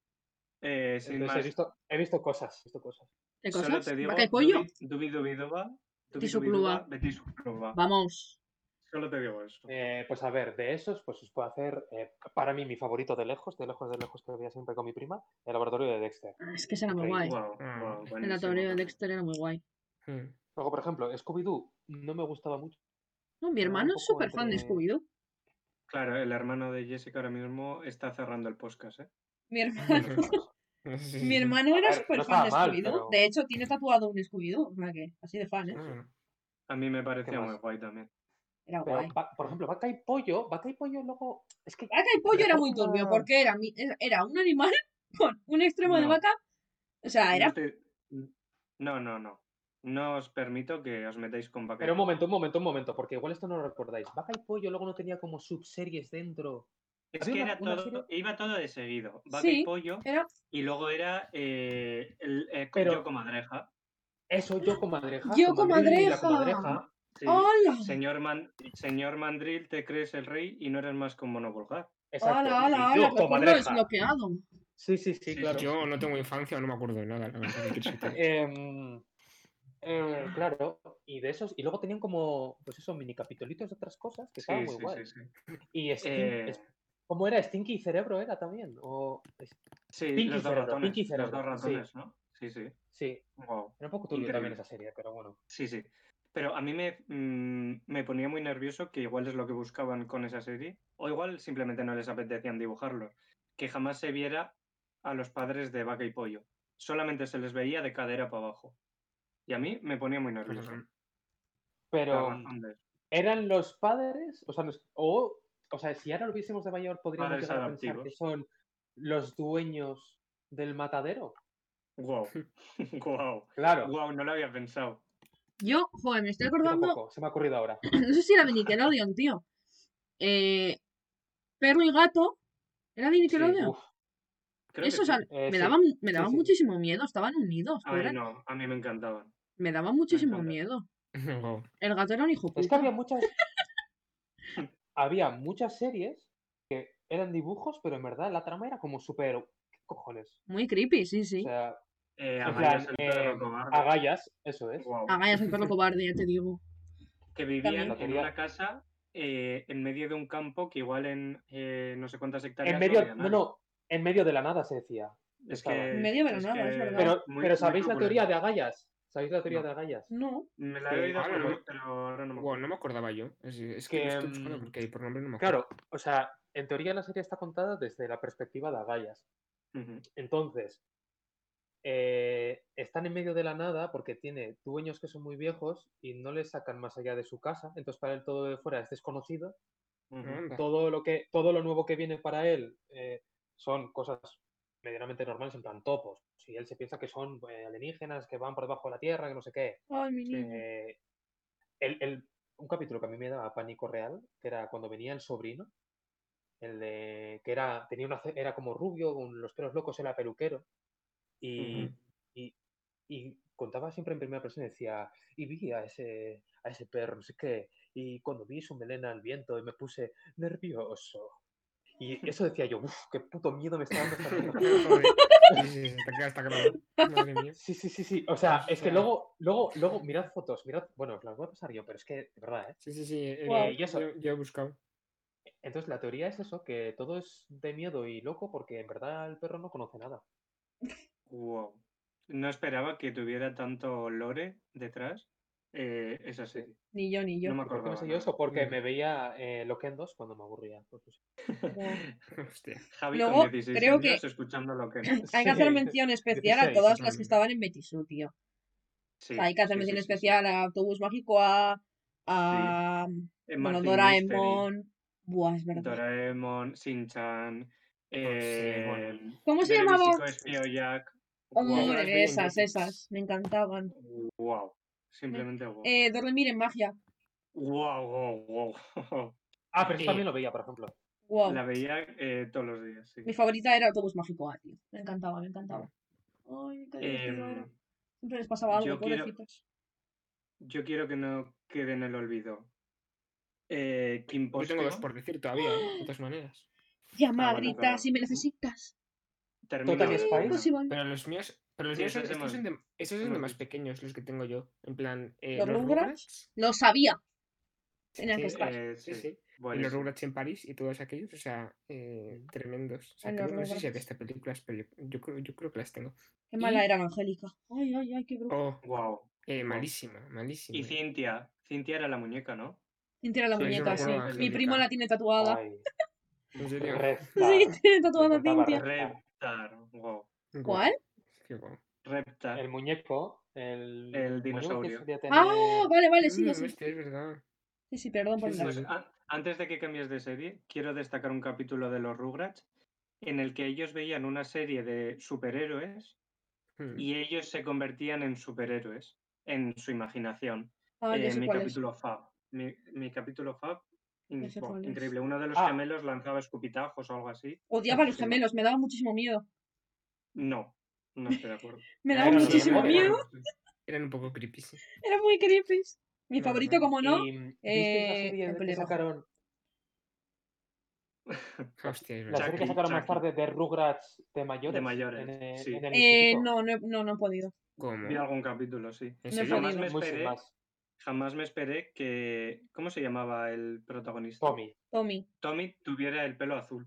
Speaker 3: Eh, sin
Speaker 1: Entonces
Speaker 3: más,
Speaker 1: he visto, he visto cosas, he visto cosas.
Speaker 2: ¿Qué
Speaker 3: solo
Speaker 2: cosas?
Speaker 3: te digo,
Speaker 2: ¿Vaca y pollo?
Speaker 3: dubi- dubi dubi duba, dubi
Speaker 2: Tisu
Speaker 3: dubi
Speaker 2: clua.
Speaker 3: duba, beti su clua.
Speaker 2: Vamos.
Speaker 3: Solo te digo eso.
Speaker 1: Eh, pues a ver, de esos, pues os puedo hacer, eh, para mí, mi favorito de lejos, de lejos, de lejos, que veía siempre con mi prima, el laboratorio de Dexter.
Speaker 2: Ah, Es que esa era muy
Speaker 1: Ok,
Speaker 2: guay.
Speaker 3: Guau, guau,
Speaker 4: Ah.
Speaker 2: El
Speaker 3: buenísimo,
Speaker 2: laboratorio de
Speaker 3: buenísimo.
Speaker 2: Dexter era muy guay.
Speaker 4: Mm.
Speaker 1: Luego, por ejemplo, Scooby-Doo no me gustaba mucho.
Speaker 2: No, mi
Speaker 1: Era un
Speaker 2: hermano es
Speaker 1: poco
Speaker 2: súper fan de
Speaker 1: entre-
Speaker 2: Scooby-Doo.
Speaker 3: Claro, el hermano de Jessica ahora mismo está cerrando el podcast, ¿eh?
Speaker 2: Mi, herma-
Speaker 4: No sé si-
Speaker 2: mi hermano
Speaker 1: A
Speaker 2: era
Speaker 1: ver,
Speaker 2: súper
Speaker 1: no
Speaker 2: fan de
Speaker 1: estaba mal,
Speaker 2: Scooby-Doo.
Speaker 1: pero-
Speaker 2: De hecho, tiene tatuado un Scooby-Doo. O sea que, así de fan, ¿eh?
Speaker 4: Ah,
Speaker 3: A mí me parecía muy
Speaker 1: más?
Speaker 3: guay también.
Speaker 2: Era
Speaker 1: Pero,
Speaker 2: guay.
Speaker 1: va- por ejemplo, vaca y pollo, vaca y pollo luego. Es que
Speaker 2: Vaca y pollo era muy
Speaker 1: Recuerda-
Speaker 2: turbio porque era, mi- era- era un animal con un extremo de
Speaker 3: No.
Speaker 2: vaca. O sea,
Speaker 3: No
Speaker 2: ¿Ah, era.
Speaker 1: Este,
Speaker 3: estoy- No, no, no. No os permito que os metáis con vaca. y
Speaker 1: Pero un
Speaker 3: pollo.
Speaker 1: momento, un momento, un momento, porque igual esto no lo recordáis. Vaca y Pollo luego no tenía como subseries dentro.
Speaker 3: Es
Speaker 1: había
Speaker 3: que
Speaker 1: una-
Speaker 3: era
Speaker 1: una
Speaker 3: todo, iba todo de seguido. Vaca
Speaker 2: Sí.
Speaker 3: y pollo,
Speaker 2: Era
Speaker 3: y luego era eh, el, eh,
Speaker 1: Pero-
Speaker 3: yo comadreja.
Speaker 1: Eso, yo comadreja.
Speaker 2: Yo
Speaker 1: Comadril y la
Speaker 2: Comadreja.
Speaker 1: comadreja.
Speaker 3: Sí.
Speaker 2: ¡Hola!
Speaker 3: Señor, Man- señor Mandril, te crees el rey y no eres más que un mono vulgar.
Speaker 1: Exacto.
Speaker 2: ¡Hola, hola,
Speaker 1: Yo
Speaker 2: hola! Que tengo
Speaker 1: comadreja.
Speaker 2: desbloqueado.
Speaker 1: Sí, sí, sí,
Speaker 3: Sí,
Speaker 1: claro.
Speaker 4: Yo no tengo infancia, no me acuerdo de nada. la verdad, de qué se trata.
Speaker 1: Em, eh, claro, y de esos, y luego tenían como, pues eso, mini capitolitos de otras cosas que
Speaker 3: Sí,
Speaker 1: estaban muy
Speaker 3: sí,
Speaker 1: guay.
Speaker 3: sí, sí.
Speaker 1: Y Stin-
Speaker 3: Eh,
Speaker 1: es- ¿cómo era? Stinky y Cerebro era también. O,
Speaker 3: sí,
Speaker 1: Pinky
Speaker 3: los dos
Speaker 1: Cerebro,
Speaker 3: ratones.
Speaker 1: Pinky
Speaker 3: los
Speaker 1: Cerebro,
Speaker 3: dos
Speaker 1: sí.
Speaker 3: ratones, ¿no? Sí, sí.
Speaker 1: sí,
Speaker 3: Wow.
Speaker 1: era un poco turbio
Speaker 3: Increíble.
Speaker 1: también esa serie, pero bueno.
Speaker 3: Sí, sí. Pero a mí me, mm, me ponía muy nervioso, que igual es lo que buscaban con esa serie, o igual simplemente no les apetecían dibujarlo, que jamás se viera a los padres de vaca y pollo. Solamente se les veía de cadera para abajo. Y a mí me ponía muy
Speaker 1: Pues
Speaker 3: nervioso.
Speaker 4: Perdón.
Speaker 1: Pero.
Speaker 3: La razón de-
Speaker 1: ¿Eran los padres? O sea, nos- o, o sea, si ahora lo viésemos de mayor, podríamos
Speaker 3: Padres
Speaker 1: llegar a pensar que
Speaker 3: adoptivos.
Speaker 1: son los dueños del matadero.
Speaker 3: Guau. Guau.
Speaker 1: Claro, yo
Speaker 3: Guau, no lo había pensado.
Speaker 2: Yo, joder, me estoy acordando
Speaker 1: tampoco, se me ha ocurrido ahora.
Speaker 2: no sé si era de Nickelodeon, tío. Eh, perro y gato. ¿Era de Nickelodeon?
Speaker 1: Uf,
Speaker 3: Creo que
Speaker 2: Eso, o
Speaker 3: sí.
Speaker 2: sea,
Speaker 1: Eh, sí,
Speaker 2: me daban, me
Speaker 1: sí,
Speaker 2: daban
Speaker 1: sí.
Speaker 2: muchísimo miedo, estaban unidos.
Speaker 3: Ay,
Speaker 2: eran-
Speaker 3: no, a mí me encantaban.
Speaker 2: Me daban muchísimo
Speaker 3: encanta.
Speaker 2: miedo.
Speaker 4: Guau.
Speaker 2: El gato era un hijo
Speaker 1: es que
Speaker 2: puta.
Speaker 1: había muchas. había muchas series que eran dibujos, pero en verdad la trama era como súper. ¿Qué cojones?
Speaker 2: Muy creepy, sí, sí.
Speaker 1: O sea,
Speaker 3: Eh,
Speaker 1: en
Speaker 3: Amaya es
Speaker 1: plan,
Speaker 3: el perro
Speaker 1: eh,
Speaker 3: cobarde.
Speaker 1: agallas, eso es.
Speaker 3: Guau.
Speaker 2: Agallas el Ah, perro cobarde, ya te digo.
Speaker 3: que
Speaker 2: También.
Speaker 3: vivían
Speaker 1: La
Speaker 3: en
Speaker 1: teoría-
Speaker 3: una casa eh, en medio de un campo que igual en eh, no sé cuántas hectáreas
Speaker 1: En
Speaker 3: había
Speaker 1: medio, no,
Speaker 3: nadie.
Speaker 1: no, en medio de la nada se decía.
Speaker 3: es
Speaker 1: estaba.
Speaker 3: que
Speaker 2: En medio de la
Speaker 3: es
Speaker 2: nada,
Speaker 3: que
Speaker 2: es verdad.
Speaker 1: Pero,
Speaker 3: muy-
Speaker 1: pero
Speaker 3: muy
Speaker 1: ¿sabéis la
Speaker 3: turbulento.
Speaker 1: teoría de agallas? ¿Sabéis la teoría
Speaker 4: No.
Speaker 1: de las gallas?
Speaker 2: No.
Speaker 3: Me la
Speaker 4: Eh,
Speaker 3: he oído,
Speaker 4: ahora
Speaker 3: pero,
Speaker 4: no.
Speaker 3: pero ahora no me acuerdo.
Speaker 4: Wow, no me acordaba yo. Es, es que,
Speaker 1: Que,
Speaker 4: lo estoy buscando
Speaker 3: Em,
Speaker 1: mm,
Speaker 4: porque por nombre no me acuerdo.
Speaker 1: Claro, o sea, en teoría la serie está contada desde la perspectiva de agallas.
Speaker 3: Ujú.
Speaker 1: Entonces, eh, están en medio de la nada porque tiene dueños que son muy viejos y no les sacan más allá de su casa. Entonces, para él todo de fuera es desconocido.
Speaker 3: Ujú.
Speaker 4: Anda.
Speaker 1: Todo lo, que, todo lo nuevo que viene para él eh, son cosas medianamente normales, en plan topos. Si él se piensa que son eh, alienígenas, que van por debajo de la tierra, que no sé qué.
Speaker 2: Ay, mi niño.
Speaker 1: Eh, el- el- un capítulo que a mí me daba pánico real, que era cuando venía el sobrino, el de, que era, tenía una, ce- era como rubio, con los pelos locos, era peluquero, y,
Speaker 4: Ujú.
Speaker 1: y- y contaba siempre en primera persona, decía, y vi a ese, a ese perro, no sé qué, y cuando vi su melena al viento y me puse nervioso. Y eso decía yo, uff, qué puto miedo me está dando esta mierda".
Speaker 4: Joder. eh, Sí, sí, sí, está claro, está claro. Madre mía.
Speaker 1: Sí, sí, sí, sí. O sea,
Speaker 4: O
Speaker 1: es que
Speaker 4: sea-
Speaker 1: luego, luego, luego, mirad fotos, mirad, bueno, os las voy a pasar yo, pero es que, de verdad, ¿eh?
Speaker 4: Sí, sí, sí. eh,
Speaker 2: Guau.
Speaker 4: yo, yo- yo he buscado.
Speaker 1: Entonces la teoría es eso, que todo es de miedo y loco porque en verdad el perro no conoce nada.
Speaker 3: Wow. No esperaba que tuviera tanto lore detrás eh, esa serie.
Speaker 2: Ni yo, ni yo.
Speaker 3: No me
Speaker 1: ¿Y ¿Por qué
Speaker 3: acordaba.
Speaker 1: me sé yo
Speaker 3: nada.
Speaker 1: eso? Porque
Speaker 4: Mm.
Speaker 1: me veía eh, Loquendos cuando me aburría. pues, pues,
Speaker 2: Guau.
Speaker 4: Hostia.
Speaker 3: Javi
Speaker 2: Luego,
Speaker 3: con 16
Speaker 2: creo
Speaker 3: años
Speaker 2: que-
Speaker 3: escuchando lo que...
Speaker 2: Hay que hacer mención especial a
Speaker 1: 16,
Speaker 2: todas las que
Speaker 4: mm.
Speaker 2: estaban en Betisú, tío.
Speaker 3: Sí,
Speaker 2: hay que hacer
Speaker 3: sí,
Speaker 2: mención
Speaker 3: sí, sí, sí.
Speaker 2: especial a Autobús Mágico, a. a
Speaker 3: Eh,
Speaker 2: bueno,
Speaker 3: Martin
Speaker 2: Doraemon. Buah, es
Speaker 3: Mystery,
Speaker 2: verdad.
Speaker 3: Doraemon,
Speaker 1: Oh,
Speaker 3: Shin-Chan... Eh,
Speaker 2: ¿Cómo se
Speaker 3: Derebistico,
Speaker 2: llamaba?
Speaker 3: Espío Jack.
Speaker 4: Yo las
Speaker 2: Hombre,
Speaker 4: veía en
Speaker 2: esas,
Speaker 4: Jetix.
Speaker 2: esas. Me encantaban.
Speaker 3: Wow. Simplemente wow.
Speaker 2: Eh, dormir en magia.
Speaker 3: Wow, wow, wow.
Speaker 1: Ah, pero eso
Speaker 4: Eh,
Speaker 1: también lo veía, por ejemplo.
Speaker 2: Wow.
Speaker 3: La veía eh, todos los días, sí.
Speaker 2: Mi favorita era Autobús Mágico A, tío. Me encantaba, me encantaba. Ay, qué divertido
Speaker 3: Em,
Speaker 2: era. Siempre les pasaba algo,
Speaker 3: yo quiero-
Speaker 2: pobrecitos.
Speaker 3: yo quiero que no quede en el olvido. Eh, Kim
Speaker 4: Yo tengo dos
Speaker 3: Possible,
Speaker 4: por decir todavía, ¿eh? de todas maneras.
Speaker 2: Llama,
Speaker 3: Ah, bueno,
Speaker 2: grita,
Speaker 3: claro.
Speaker 2: si me necesitas. Pues
Speaker 3: Termina
Speaker 1: Total
Speaker 3: la
Speaker 1: Spice.
Speaker 3: escena.
Speaker 2: Imposible.
Speaker 4: Pero los míos, pero los
Speaker 3: Sí,
Speaker 4: míos son,
Speaker 3: esos
Speaker 4: estos
Speaker 3: hemos-
Speaker 4: son de, estos son de
Speaker 3: hemos
Speaker 4: más
Speaker 3: dicho.
Speaker 4: pequeños, los que tengo yo. En plan, eh,
Speaker 2: ¿Los
Speaker 4: los
Speaker 2: Rugrats?
Speaker 4: Rugrats,
Speaker 2: Lo sabía. Tenía
Speaker 4: Sí,
Speaker 2: que estar.
Speaker 3: Eh,
Speaker 4: sí,
Speaker 3: sí,
Speaker 4: sí, y los
Speaker 3: buenísimo.
Speaker 4: Rugrats en París y todos aquellos, o sea, eh, tremendos. O sea,
Speaker 2: Ay,
Speaker 4: creo-
Speaker 2: los
Speaker 4: no sé si había
Speaker 2: Rugrats.
Speaker 4: estas películas, pero yo, yo creo, yo creo que las tengo.
Speaker 2: Qué mala
Speaker 4: y-
Speaker 2: era Angélica. Ay, ay, ay, qué bruja.
Speaker 4: Oh,
Speaker 3: Wow.
Speaker 4: eh,
Speaker 3: Wow.
Speaker 4: malísima, malísima.
Speaker 3: Y Cintia. Cintia era la muñeca, ¿no?
Speaker 2: Tintera la
Speaker 1: Sí, yo me
Speaker 2: muñeca, sí.
Speaker 3: acuerdo de
Speaker 2: Mi
Speaker 3: Angélica.
Speaker 2: primo la tiene tatuada.
Speaker 1: Ay,
Speaker 4: ¿En
Speaker 1: Reptar.
Speaker 4: serio?
Speaker 2: Sí, tiene tatuada a
Speaker 1: encantaba
Speaker 2: Cintia.
Speaker 1: Re-
Speaker 3: Reptar. Wow.
Speaker 4: Guau,
Speaker 2: ¿Cuál?
Speaker 4: es que guau.
Speaker 3: Reptar.
Speaker 1: El muñeco, el,
Speaker 3: El
Speaker 1: muñeco que
Speaker 3: dinosaurio.
Speaker 1: solía tener-
Speaker 2: Ah, vale, vale, sí,
Speaker 4: Mm,
Speaker 2: ya sé.
Speaker 4: hostia, es verdad.
Speaker 2: Sí, sí, perdón por
Speaker 4: Sí,
Speaker 2: el
Speaker 4: sí,
Speaker 2: dato.
Speaker 3: Pues a- antes de que cambies de serie, quiero destacar un capítulo de los Rugrats en el que ellos veían una serie de superhéroes
Speaker 4: Mm.
Speaker 3: y ellos se convertían en superhéroes en su imaginación.
Speaker 2: Ah, ya
Speaker 3: Eh,
Speaker 2: sé
Speaker 3: mi
Speaker 2: cuál es.
Speaker 3: capítulo Fab. Mi, mi capítulo Fab. in-
Speaker 2: Ya sé
Speaker 3: buah,
Speaker 2: cuál es.
Speaker 3: increíble. Uno de los
Speaker 1: Ah.
Speaker 3: gemelos lanzaba escupitajos o algo así.
Speaker 2: Odiaba a los gemelos, me daba muchísimo miedo.
Speaker 3: No, no estoy de acuerdo.
Speaker 2: Me
Speaker 4: Ah,
Speaker 2: daba
Speaker 4: eran-
Speaker 1: Pero
Speaker 2: muchísimo
Speaker 1: los
Speaker 4: eran-
Speaker 2: miedo.
Speaker 3: Sí.
Speaker 4: Eran un poco creepy, sí.
Speaker 2: Era muy creepy. Mi
Speaker 4: No,
Speaker 2: favorito,
Speaker 4: no.
Speaker 2: como no,
Speaker 1: Y, ¿Visteis la
Speaker 2: eh, el
Speaker 1: serie de- que
Speaker 2: pelirrojo.
Speaker 1: sacaron,
Speaker 4: Hostia, es
Speaker 1: la
Speaker 4: verdad.
Speaker 1: serie que
Speaker 3: Chucky,
Speaker 1: sacaron más
Speaker 3: Chucky.
Speaker 1: tarde de Rugrats de mayores?
Speaker 3: De mayores,
Speaker 1: en el-
Speaker 3: sí.
Speaker 1: en el
Speaker 2: Eh,
Speaker 1: instituto?
Speaker 2: no, no, he- no, no he podido.
Speaker 4: ¿Cómo?
Speaker 3: Vi algún capítulo, sí.
Speaker 4: ¿En
Speaker 2: No he
Speaker 4: serio?
Speaker 3: Jamás
Speaker 2: podido.
Speaker 3: me
Speaker 1: Muy sin
Speaker 3: esperé,
Speaker 1: más.
Speaker 3: jamás me esperé que. ¿Cómo se llamaba el protagonista?
Speaker 1: Tommy.
Speaker 2: Tommy.
Speaker 3: Tommy tuviera el pelo azul.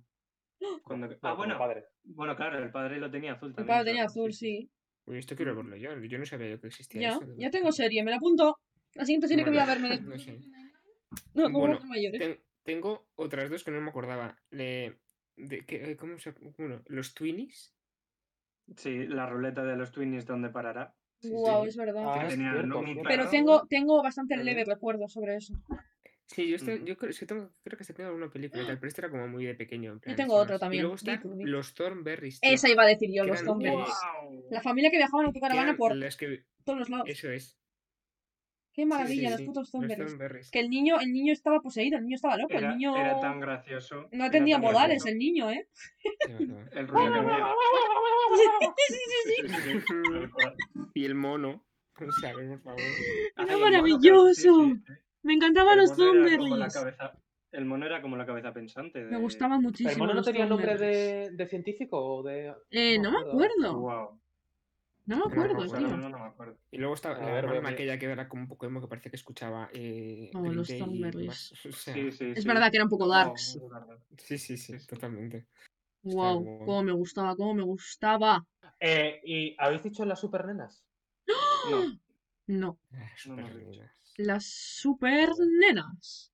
Speaker 3: Cuando-
Speaker 1: No,
Speaker 3: Ah,
Speaker 1: como
Speaker 3: bueno,
Speaker 1: padre.
Speaker 3: bueno, claro, el padre lo tenía azul
Speaker 2: Mi
Speaker 3: también.
Speaker 2: padre
Speaker 3: es
Speaker 2: tenía
Speaker 3: verdad,
Speaker 2: azul, sí.
Speaker 4: Uy, esto quiero verlo yo. Yo no sabía yo que existía
Speaker 2: Ya,
Speaker 4: eso. de
Speaker 2: ya
Speaker 4: verdad.
Speaker 2: tengo serie, me la apunto. La siguiente serie que voy a
Speaker 4: Bueno,
Speaker 2: verme.
Speaker 4: no sé.
Speaker 2: No, como
Speaker 4: Bueno,
Speaker 2: los mayores.
Speaker 4: Ten- tengo otras dos que no me acordaba. Le- de que- eh, ¿Cómo se Bueno, los Twinnies.
Speaker 3: Sí, la ruleta de los Twinnies, ¿dónde parará?
Speaker 4: sí,
Speaker 2: Guau,
Speaker 4: sí.
Speaker 2: es verdad.
Speaker 1: Ah, es
Speaker 3: tenía
Speaker 1: cierto,
Speaker 3: un
Speaker 1: cierto.
Speaker 2: Pero
Speaker 3: perro.
Speaker 2: tengo, tengo bastante
Speaker 4: Ujú.
Speaker 2: leve recuerdo sobre eso.
Speaker 4: Sí, yo, esto-
Speaker 3: Mm.
Speaker 4: yo creo, es que tengo- creo que se tengo alguna película y tal, pero esta era como muy de pequeño. en plan,
Speaker 2: tengo
Speaker 4: sin
Speaker 2: otra
Speaker 4: más.
Speaker 2: también,
Speaker 4: Y luego
Speaker 2: di
Speaker 4: están
Speaker 2: tú, di tú.
Speaker 4: los Thornberries. tío,
Speaker 2: Esa iba a decir yo,
Speaker 4: que
Speaker 2: los
Speaker 4: eran-
Speaker 2: zombies.
Speaker 4: eh,
Speaker 2: La familia que viajaba en
Speaker 4: que
Speaker 2: autocaravana
Speaker 4: eran
Speaker 2: por
Speaker 4: las que-
Speaker 2: todos los lados.
Speaker 4: Eso es.
Speaker 2: Qué
Speaker 4: Sí,
Speaker 2: maravilla,
Speaker 4: sí,
Speaker 2: los
Speaker 4: sí,
Speaker 2: putos
Speaker 4: Los
Speaker 2: zombies.
Speaker 4: Thornberries.
Speaker 2: Que el niño, el niño estaba poseído, el niño estaba loco,
Speaker 3: Era,
Speaker 2: el niño
Speaker 3: era tan gracioso.
Speaker 2: no
Speaker 3: era
Speaker 2: atendía
Speaker 3: tan
Speaker 2: modales,
Speaker 3: gracioso
Speaker 2: el niño, ¿eh?
Speaker 4: Qué va, qué va.
Speaker 3: El ruido que hacía.
Speaker 2: Sí, sí, sí,
Speaker 3: Sí, sí, sí, tal cual.
Speaker 4: Y el mono. O sea, por favor.
Speaker 2: Era
Speaker 3: Ay, el mono,
Speaker 2: maravilloso.
Speaker 3: sí, sí, sí.
Speaker 2: Me encantaban
Speaker 3: El
Speaker 2: los
Speaker 3: mono era como la
Speaker 2: zombies.
Speaker 3: cabeza. El mono era como la cabeza pensante. De...
Speaker 2: Me gustaba muchísimo.
Speaker 1: ¿El mono no
Speaker 2: los
Speaker 1: tenía nombre
Speaker 2: Thornberries.
Speaker 1: de, de científico o de...?
Speaker 2: Eh, no,
Speaker 1: no
Speaker 2: me
Speaker 1: me
Speaker 2: acuerdo.
Speaker 3: Wow.
Speaker 2: No me
Speaker 4: No me
Speaker 2: acuerdo,
Speaker 4: acuerdo.
Speaker 2: tío.
Speaker 3: no, no me acuerdo.
Speaker 4: Y luego estaba
Speaker 1: A
Speaker 4: la
Speaker 1: ver, voy a
Speaker 4: hermana
Speaker 1: mirar.
Speaker 4: aquella que era como un poco emo que parecía que escuchaba eh,
Speaker 2: Oh,
Speaker 4: Green
Speaker 2: los
Speaker 4: Day y
Speaker 2: Thornberries.
Speaker 4: demás. O sea,
Speaker 3: Sí, sí,
Speaker 2: Es
Speaker 3: sí.
Speaker 2: verdad que era un poco
Speaker 3: Wow,
Speaker 2: darks.
Speaker 3: es verdad.
Speaker 4: sí, sí, sí,
Speaker 3: Sí, sí.
Speaker 4: totalmente. Está
Speaker 2: Wow,
Speaker 4: guau.
Speaker 2: cómo me gustaba, cómo me gustaba.
Speaker 1: Eh, ¿Y habéis dicho las supernenas?
Speaker 3: No.
Speaker 2: No.
Speaker 4: Las
Speaker 3: No me has
Speaker 4: supernenas.
Speaker 2: Las super nenas.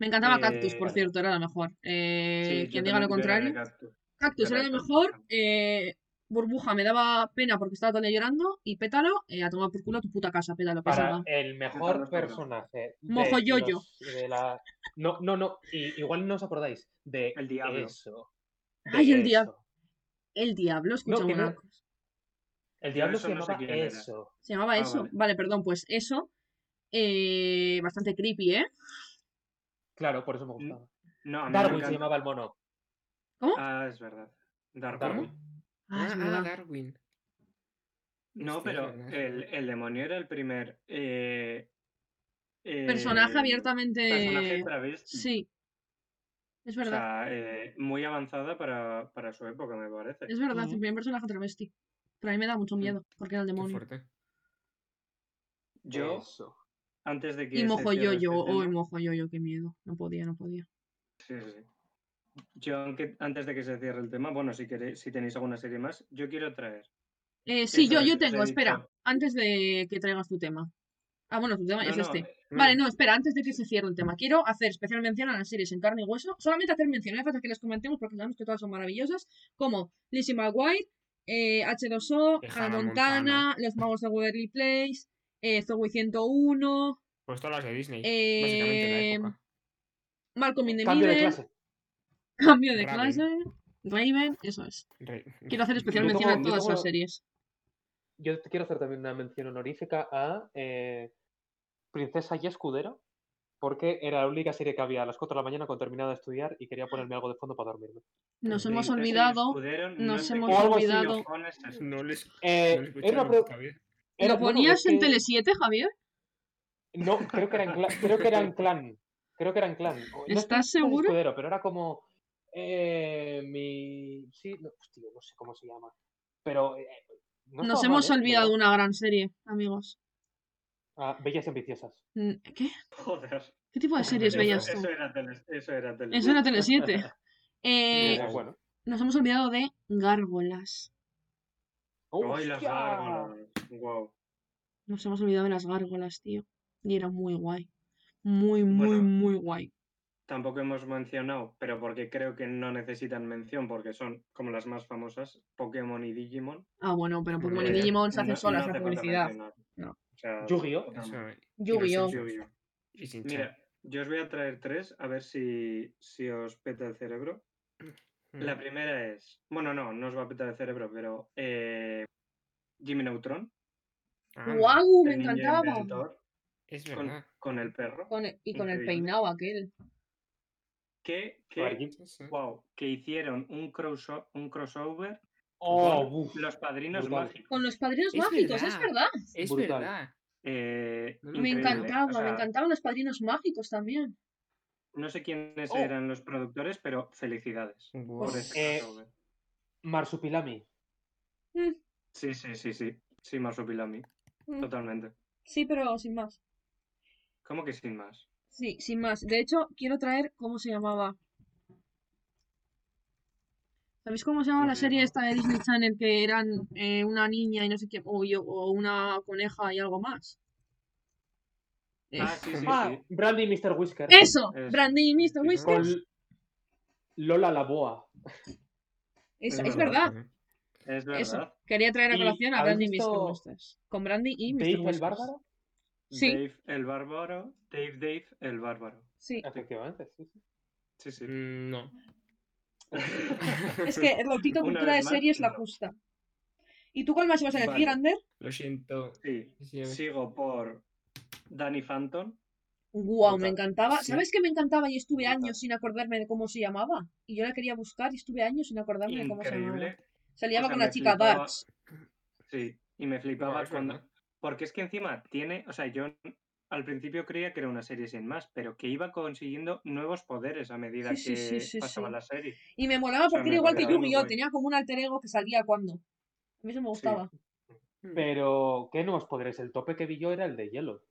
Speaker 2: Me encantaba
Speaker 3: Eh,
Speaker 2: Cactus, por
Speaker 3: vale.
Speaker 2: cierto, era la mejor. Eh,
Speaker 3: Sí, yo
Speaker 2: quien diga lo
Speaker 3: también tuviera
Speaker 2: contrario.
Speaker 3: gato.
Speaker 2: Cactus
Speaker 3: Yo
Speaker 2: era
Speaker 3: era
Speaker 2: lo
Speaker 3: Cactus
Speaker 2: mejor.
Speaker 3: también.
Speaker 2: eh, burbuja me daba pena porque estaba todo el día llorando. Y Pétalo, eh, a tomar por culo tu puta casa, Pétalo, que
Speaker 1: Para
Speaker 2: salga.
Speaker 1: el
Speaker 3: Yo
Speaker 1: mejor
Speaker 3: tampoco.
Speaker 1: personaje. de
Speaker 2: Mojo Yoyo.
Speaker 1: los- de la- No, no, no. y- igual no os acordáis de
Speaker 3: El diablo.
Speaker 1: eso. de
Speaker 2: Ay, el
Speaker 1: eso.
Speaker 2: diablo. El diablo, escucha
Speaker 1: No, que
Speaker 2: una
Speaker 1: no-
Speaker 2: cosa.
Speaker 1: El diablo
Speaker 3: eso
Speaker 1: se
Speaker 3: no sé
Speaker 1: llamaba
Speaker 3: quién era.
Speaker 1: eso.
Speaker 2: Se llamaba
Speaker 3: Ah,
Speaker 2: eso.
Speaker 3: vale.
Speaker 2: Vale. perdón, pues eso. eh, bastante creepy, ¿eh?
Speaker 1: Claro, por eso me gustaba.
Speaker 3: No, a mí me
Speaker 1: Darwin se
Speaker 3: encanta.
Speaker 1: llamaba el mono.
Speaker 3: Ah, es verdad. Darwin.
Speaker 1: Darwin.
Speaker 2: Ah, es
Speaker 4: Ah, ah,
Speaker 2: verdad.
Speaker 4: Darwin.
Speaker 3: No,
Speaker 4: Hostia, es
Speaker 3: pero
Speaker 4: verdad, es
Speaker 3: el,
Speaker 4: verdad.
Speaker 3: el demonio era el primer eh, eh,
Speaker 2: Personaje abiertamente.
Speaker 3: Personaje travesti.
Speaker 2: Sí. Es
Speaker 3: O
Speaker 2: verdad.
Speaker 3: sea, eh, muy avanzada para, para su época, me parece.
Speaker 2: es verdad,
Speaker 4: Ujú.
Speaker 2: el primer personaje travesti. Pero a mí me da mucho miedo porque era el
Speaker 4: Qué
Speaker 2: demonio.
Speaker 4: fuerte.
Speaker 3: Yo,
Speaker 1: Eso.
Speaker 3: antes de que.
Speaker 2: Y
Speaker 3: se
Speaker 2: mojo
Speaker 3: cierre
Speaker 2: yo
Speaker 3: este
Speaker 2: yo, oh,
Speaker 3: tema-
Speaker 2: mojo yo yo, qué miedo. No podía, no podía.
Speaker 3: Sí, sí, sí. Yo, aunque- antes de que se cierre el tema, bueno, si, queréis, si tenéis alguna serie más, yo quiero traer.
Speaker 2: Eh, sí,
Speaker 3: Eso
Speaker 2: yo,
Speaker 3: es,
Speaker 2: yo
Speaker 3: os he
Speaker 2: tengo, espera,
Speaker 3: dicho-
Speaker 2: antes de que traigas tu tema. Ah, bueno, tu tema
Speaker 3: No,
Speaker 2: es
Speaker 3: no,
Speaker 2: este.
Speaker 3: eh,
Speaker 2: Vale, no, espera, antes de que se cierre el tema, quiero hacer especial mención a las series en carne y hueso. Solamente hacer mención, no hace falta que las comentemos porque sabemos que todas son maravillosas, como Lizzie McGuire, eh, H2O,
Speaker 4: Hannah
Speaker 2: Hannah Montana,
Speaker 4: Montana.
Speaker 2: Los Magos de Waverly Place, eh, Zoey 101,
Speaker 4: Pues todas las de Disney.
Speaker 2: Eh,
Speaker 4: Básicamente la época.
Speaker 2: Malcolm in the
Speaker 1: Cambio de
Speaker 2: Middle,
Speaker 1: clase.
Speaker 2: Cambio de
Speaker 4: Raven.
Speaker 2: clase, Raven, eso es.
Speaker 4: Re-
Speaker 2: Quiero hacer especial
Speaker 1: Yo
Speaker 2: mención
Speaker 1: tengo-
Speaker 2: a
Speaker 1: yo
Speaker 2: todas
Speaker 1: tengo-
Speaker 2: las series.
Speaker 1: Yo te quiero hacer también una mención honorífica a eh, Princesa y Escudero, porque era la única serie que había a las 4 de la mañana cuando terminaba de estudiar y quería ponerme algo de fondo para dormirme.
Speaker 2: Nos
Speaker 4: Princesa
Speaker 2: hemos
Speaker 4: y
Speaker 2: olvidado. nos hemos
Speaker 1: olvidado-
Speaker 4: No les. no
Speaker 1: Eh,
Speaker 4: les
Speaker 1: era
Speaker 4: escucharon
Speaker 1: pro-
Speaker 4: esta vez.
Speaker 1: era-
Speaker 2: ¿Lo
Speaker 1: bueno,
Speaker 2: ponías
Speaker 1: es
Speaker 2: en
Speaker 1: que-
Speaker 2: Tele7, Javier?
Speaker 1: No, creo que era en, cla- creo que era en clan. Creo que era en clan. O- no es
Speaker 2: ¿Estás
Speaker 1: Princesa y
Speaker 2: seguro?
Speaker 1: Escudero, pero era como. eh, mi. Sí, no, hostia, no sé cómo se llama. Pero. eh, no
Speaker 2: Nos
Speaker 1: estaba
Speaker 2: hemos
Speaker 1: mal, ¿eh?
Speaker 2: olvidado
Speaker 1: ¿Verdad?
Speaker 2: una gran serie, amigos.
Speaker 1: Ah, Bellas y Ambiciosas.
Speaker 2: Mm, ¿Qué?
Speaker 3: Joder.
Speaker 2: ¿Qué tipo de series
Speaker 3: Eso-
Speaker 2: veías tú?
Speaker 3: Eso era tele. Eso era tele.
Speaker 2: Eso era Tele7. Eh,
Speaker 1: Pues bueno.
Speaker 2: nos hemos olvidado de Gárgolas.
Speaker 3: Ay, las
Speaker 1: ¡Hostia!
Speaker 3: gárgolas. Guau.
Speaker 2: Nos hemos olvidado de las gárgolas, tío. Y era muy guay. Muy, muy,
Speaker 3: Bueno.
Speaker 2: muy guay.
Speaker 3: Tampoco hemos mencionado, pero porque creo que no necesitan mención, porque son como las más famosas, Pokémon y Digimon.
Speaker 2: Ah, bueno, pero Pokémon y
Speaker 4: Eh,
Speaker 2: Digimon se hacen
Speaker 3: No-
Speaker 2: solas la
Speaker 3: no hace falta
Speaker 2: publicidad.
Speaker 3: mencionar.
Speaker 2: No.
Speaker 3: O sea,
Speaker 1: Yu-Gi-Oh.
Speaker 3: totalmente.
Speaker 4: Eso, eh,
Speaker 2: Yu-Gi-Oh!
Speaker 4: y los Simpsons.
Speaker 3: Yu-Gi-Oh.
Speaker 4: Y Shin-Chan.
Speaker 3: Mira, yo os voy a traer tres, a ver si, si os peta el cerebro.
Speaker 4: Mm.
Speaker 3: La primera es, bueno, no, no os va a petar el cerebro, pero eh, Jimmy Neutron,
Speaker 4: Anda,
Speaker 2: ¡Guau! Uh, Me
Speaker 3: el niño
Speaker 2: encantaba.
Speaker 3: inventor,
Speaker 4: Ah, Es
Speaker 3: con,
Speaker 4: verdad.
Speaker 3: con el perro,
Speaker 2: Con el- y con el
Speaker 3: Increíble.
Speaker 2: peinado aquel.
Speaker 3: que,
Speaker 1: Joder,
Speaker 3: que,
Speaker 1: Jim-
Speaker 4: Sí, sí.
Speaker 3: wow, que hicieron un, crossover, un crossover
Speaker 1: Oh,
Speaker 3: con
Speaker 1: uf.
Speaker 3: los padrinos
Speaker 1: brutal.
Speaker 3: mágicos.
Speaker 2: Con los padrinos
Speaker 4: Es
Speaker 2: mágicos, es
Speaker 4: verdad.
Speaker 2: verdad.
Speaker 4: Es
Speaker 1: brutal.
Speaker 4: verdad.
Speaker 3: Eh,
Speaker 4: Me
Speaker 2: Me
Speaker 3: increíble,
Speaker 2: encantaba,
Speaker 3: o sea,
Speaker 2: me encantaban los padrinos mágicos también.
Speaker 3: No sé quiénes
Speaker 1: Oh.
Speaker 3: eran los productores, pero felicidades por
Speaker 4: Guau.
Speaker 2: Pues-
Speaker 3: este
Speaker 1: Eh,
Speaker 3: crossover.
Speaker 1: Marsupilami.
Speaker 3: Sí, sí, sí, sí, sí, Marsupilami,
Speaker 2: Mm,
Speaker 3: totalmente.
Speaker 2: Sí, pero sin más.
Speaker 3: ¿Cómo que sin más?
Speaker 2: Sí, sin más. De hecho, quiero traer cómo se llamaba. ¿Sabéis cómo se llamaba
Speaker 3: ¿Cómo
Speaker 2: la
Speaker 3: se
Speaker 2: serie
Speaker 3: llamaba?
Speaker 2: esta de Disney Channel que eran eh, una niña y no sé qué, o, yo- o una coneja y algo más? Eh,
Speaker 3: Ah, sí, sí,
Speaker 1: ah,
Speaker 3: sí.
Speaker 1: Brandy y Mr. Whisker.
Speaker 2: ¡Eso!
Speaker 3: es-
Speaker 2: Brandy y Mr.
Speaker 3: es-
Speaker 2: Whiskers.
Speaker 1: Con Lola la Boa.
Speaker 2: Es,
Speaker 3: es
Speaker 2: es
Speaker 3: verdad.
Speaker 2: verdad.
Speaker 3: Es
Speaker 2: Eso.
Speaker 3: verdad.
Speaker 2: Quería traer a
Speaker 1: ¿Y
Speaker 2: colación a
Speaker 1: habéis
Speaker 2: Brandy y Mr.
Speaker 1: visto
Speaker 2: Whiskers. Con Brandy y Mr.
Speaker 1: Dave el
Speaker 2: Whiskers.
Speaker 1: Bárbaro.
Speaker 2: Sí.
Speaker 3: Dave el Bárbaro. Dave Dave el Bárbaro.
Speaker 2: Sí.
Speaker 1: Efectivamente, sí. sí.
Speaker 3: Sí, sí.
Speaker 4: Mm, No.
Speaker 2: Es que la auténtica
Speaker 3: Una
Speaker 2: cultura de
Speaker 3: vez más,
Speaker 2: series la
Speaker 3: no.
Speaker 2: justa. ¿Y tú cuál más ibas a decir,
Speaker 3: Vale.
Speaker 2: Ander?
Speaker 4: Lo siento.
Speaker 3: Sí.
Speaker 4: Sí, a ver.
Speaker 3: Sigo por Danny Phantom.
Speaker 2: Guau, me
Speaker 3: Brutal.
Speaker 2: encantaba.
Speaker 4: Sí.
Speaker 2: ¿Sabes que me encantaba y estuve
Speaker 1: Brutal.
Speaker 2: años sin acordarme de cómo se llamaba? Y yo la quería buscar y estuve años sin acordarme de cómo se llamaba.
Speaker 3: Increíble.
Speaker 2: Se liaba
Speaker 3: sea,
Speaker 2: con la
Speaker 3: me
Speaker 2: chica
Speaker 3: flipaba.
Speaker 2: Darts.
Speaker 3: Sí. Y me
Speaker 4: Guau,
Speaker 3: flipaba
Speaker 4: es
Speaker 3: cuando.
Speaker 4: verdad.
Speaker 3: Porque es que encima tiene. O sea, yo al principio creía que era una serie sin más, pero que iba consiguiendo nuevos poderes a medida
Speaker 2: Sí, sí,
Speaker 3: que
Speaker 2: sí, sí,
Speaker 3: pasaba
Speaker 2: sí.
Speaker 3: la serie.
Speaker 2: Y me molaba
Speaker 3: O sea,
Speaker 2: porque
Speaker 3: me
Speaker 2: era igual que
Speaker 3: parecía muy
Speaker 2: Yu-Gi-Oh!
Speaker 3: guay.
Speaker 2: Tenía como un alter ego que salía cuando. A mí eso me gustaba.
Speaker 1: Pero, ¿qué nuevos poderes? El tope que vi yo era el de hielo.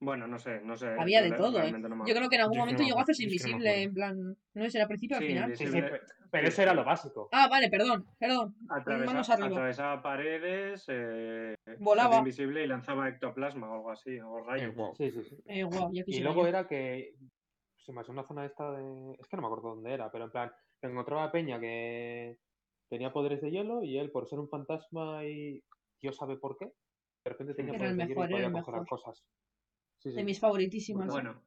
Speaker 3: Bueno, no sé, no sé.
Speaker 2: Había de
Speaker 3: Real-
Speaker 2: todo, ¿eh?
Speaker 3: realmente no me
Speaker 2: Yo creo que en algún
Speaker 4: Yo es que no
Speaker 2: momento
Speaker 4: me
Speaker 2: llegó a
Speaker 4: acuerdo,
Speaker 2: hacerse
Speaker 4: yo es que no
Speaker 2: invisible,
Speaker 4: me acuerdo.
Speaker 2: en plan. ¿No sé, al principio o al
Speaker 3: Sí,
Speaker 2: final?
Speaker 1: Sí, sí,
Speaker 3: Invisible.
Speaker 1: pe- pero eso era lo básico.
Speaker 2: Ah, vale, perdón, perdón.
Speaker 3: Atravesa-
Speaker 2: manos arriba.
Speaker 3: atravesaba paredes, eh, se hacía
Speaker 2: Volaba.
Speaker 3: invisible y lanzaba ectoplasma o algo así, o
Speaker 4: Eh,
Speaker 3: rayos.
Speaker 4: wow.
Speaker 1: Sí, sí, sí.
Speaker 2: Eh, guau, ya
Speaker 1: Y
Speaker 2: quisiera
Speaker 1: luego
Speaker 2: yo.
Speaker 1: era que se me hace una zona esta de. Es que no me acuerdo dónde era, pero en plan, me encontraba a Peña que tenía poderes de hielo y él, por ser un fantasma y Dios sabe por qué, de repente tenía
Speaker 2: Era
Speaker 1: poderes
Speaker 2: el
Speaker 1: de hielo
Speaker 2: mejor,
Speaker 1: y
Speaker 2: era
Speaker 1: podía
Speaker 2: el
Speaker 1: congelar
Speaker 2: mejor.
Speaker 1: cosas. Sí, sí.
Speaker 2: De mis favoritísimas.
Speaker 3: Bueno,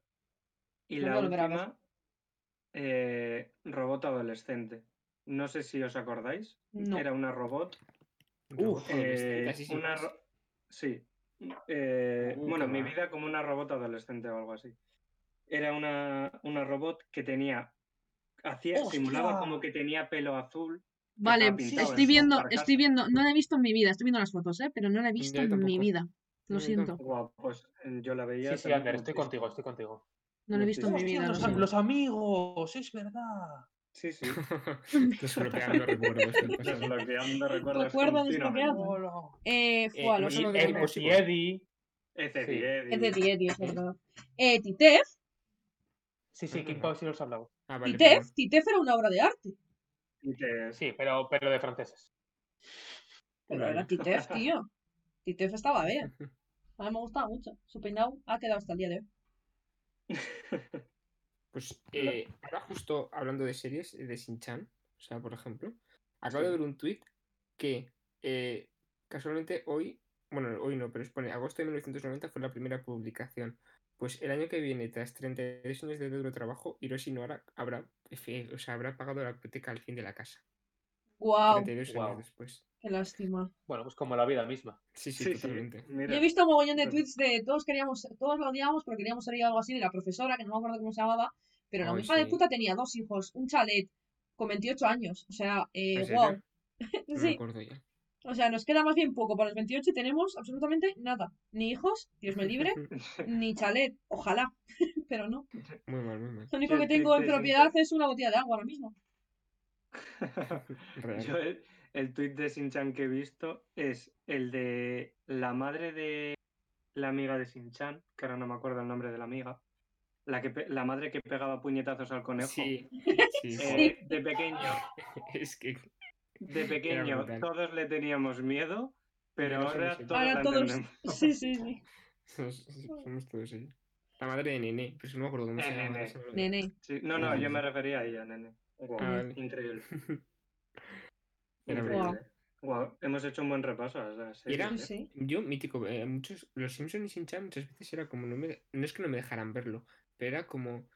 Speaker 3: y
Speaker 2: Lo
Speaker 3: la
Speaker 2: voy a volver a ver.
Speaker 3: última, eh, robot adolescente. No sé si os acordáis.
Speaker 2: No.
Speaker 3: Era una robot
Speaker 4: Uf,
Speaker 3: Eh,
Speaker 4: casi sin
Speaker 3: una
Speaker 4: más.
Speaker 3: ro- Sí. Eh,
Speaker 4: Uh,
Speaker 3: bueno,
Speaker 4: qué
Speaker 3: mi
Speaker 4: mal.
Speaker 3: vida como una robot adolescente o algo así. Era una, una robot que tenía. Hacía,
Speaker 2: ¡Hostia!
Speaker 3: simulaba como que tenía pelo azul.
Speaker 2: Vale,
Speaker 3: estaba
Speaker 2: sí,
Speaker 3: pintado
Speaker 2: estoy
Speaker 3: en su
Speaker 2: viendo,
Speaker 3: carcasa.
Speaker 2: estoy viendo, no la he visto en mi vida, estoy viendo las fotos, ¿eh? Pero no la he visto
Speaker 4: yo
Speaker 2: en mi
Speaker 4: tampoco.
Speaker 2: vida. Lo
Speaker 4: Yo
Speaker 2: siento,
Speaker 4: tampoco.
Speaker 3: Guau, pues eh, yo la veía.
Speaker 1: Sí, sí,
Speaker 3: también
Speaker 1: Ander,
Speaker 3: como
Speaker 1: estoy
Speaker 3: triste.
Speaker 1: contigo, estoy contigo.
Speaker 2: no la he visto en mi
Speaker 1: Hostia,
Speaker 2: vida. lo
Speaker 1: los,
Speaker 2: siento.
Speaker 1: los amigos, es verdad.
Speaker 3: Sí, sí.
Speaker 4: Desbloqueando recuerdos del pasado.
Speaker 3: Desbloqueando recuerdos.
Speaker 2: Recuerdo
Speaker 3: continuamente.
Speaker 2: desbloqueado. Eh, fue
Speaker 4: Eh,
Speaker 2: lo
Speaker 4: no solo
Speaker 1: Y
Speaker 2: siento.
Speaker 4: de-
Speaker 1: Ed-
Speaker 2: Es
Speaker 1: y
Speaker 4: imposible.
Speaker 1: Eddie.
Speaker 3: Ese
Speaker 1: Sí.
Speaker 3: Eddie,
Speaker 2: de
Speaker 3: Eddie.
Speaker 2: Tietie, es verdad. Eh, Titef,
Speaker 1: Sí, sí,
Speaker 4: Ujú.
Speaker 1: King Pao sí los hablaba.
Speaker 4: Ah, vale,
Speaker 2: Titef,
Speaker 4: perdón.
Speaker 2: Titef era una obra de arte.
Speaker 3: Y que-
Speaker 1: Sí, pero, pero de franceses.
Speaker 2: Pero era
Speaker 4: Vale.
Speaker 2: Titef, tío. Titef estaba bien. A mí me gustaba mucho. Su peinado ha quedado hasta el día de hoy.
Speaker 4: Pues eh, ahora justo hablando de series eh, de Shin-Chan, o sea, por ejemplo, acabo de ver un tuit que eh, casualmente hoy, bueno, hoy no, pero es pone agosto de 1990 fue la primera publicación. Pues el año que viene, tras 33 años de duro trabajo, Hiroshi Noara habrá, efe- o sea, habrá pagado la hipoteca al fin de la casa.
Speaker 2: Guau,
Speaker 4: 32
Speaker 1: Guau.
Speaker 4: años después.
Speaker 2: qué lástima.
Speaker 1: Bueno, pues como la vida misma.
Speaker 4: Sí, sí,
Speaker 3: Sí, sí.
Speaker 4: totalmente.
Speaker 3: Mira,
Speaker 2: Yo he visto un mogollón de
Speaker 3: Pero-
Speaker 2: tweets de todos queríamos, todos la odiábamos porque queríamos ser algo así de la profesora, que no me acuerdo cómo se llamaba, pero la
Speaker 4: Ay,
Speaker 2: hija de
Speaker 4: sí.
Speaker 2: puta tenía dos hijos, un chalet, con 28 años. O sea, eh,
Speaker 4: ¿En serio?
Speaker 2: wow.
Speaker 4: No me
Speaker 2: Sí,
Speaker 4: acuerdo ya.
Speaker 2: o sea, nos queda más bien poco para los 28 y tenemos absolutamente nada. Ni hijos, Dios me libre, ni chalet, ojalá, pero no.
Speaker 4: Muy mal, muy mal.
Speaker 2: Lo único
Speaker 3: Qué
Speaker 2: que tengo en
Speaker 3: triste,
Speaker 2: propiedad es una botella de agua ahora mismo.
Speaker 4: Real.
Speaker 3: Yo el, el tuit de Sinchan que he visto es el de la madre de la amiga de Sinchan, que ahora no me acuerdo el nombre de la amiga, la, que pe- la madre que pegaba puñetazos al conejo.
Speaker 4: Sí, sí, joder.
Speaker 3: Eh, de pequeño,
Speaker 4: Es que
Speaker 3: de pequeño
Speaker 4: brutal.
Speaker 3: todos le teníamos miedo, pero
Speaker 4: Ya no
Speaker 3: ahora
Speaker 4: somos el-
Speaker 3: todos
Speaker 2: Ahora
Speaker 3: la
Speaker 2: todos-
Speaker 3: entendemos.
Speaker 2: Sí, sí, sí.
Speaker 4: Somos, somos todos ellos. La madre de Nene, pero si no me acuerdo cómo se
Speaker 3: Nene.
Speaker 4: llama. se me olvidó.
Speaker 2: Nene.
Speaker 3: Sí, No, no,
Speaker 4: Sí,
Speaker 3: yo
Speaker 4: sí.
Speaker 3: me refería a ella, nene. Guau,
Speaker 4: Ah, vale.
Speaker 3: Increíble.
Speaker 4: Era
Speaker 3: increíble.
Speaker 4: brutal.
Speaker 3: Guau, hemos hecho un buen repaso. a las
Speaker 4: Y era-
Speaker 3: series, ¿eh?
Speaker 2: Sí.
Speaker 4: Yo, mítico, eh, muchos, los Simpsons y Shin-Chan muchas veces era como, no, me- no es que no me dejaran verlo, pero era como,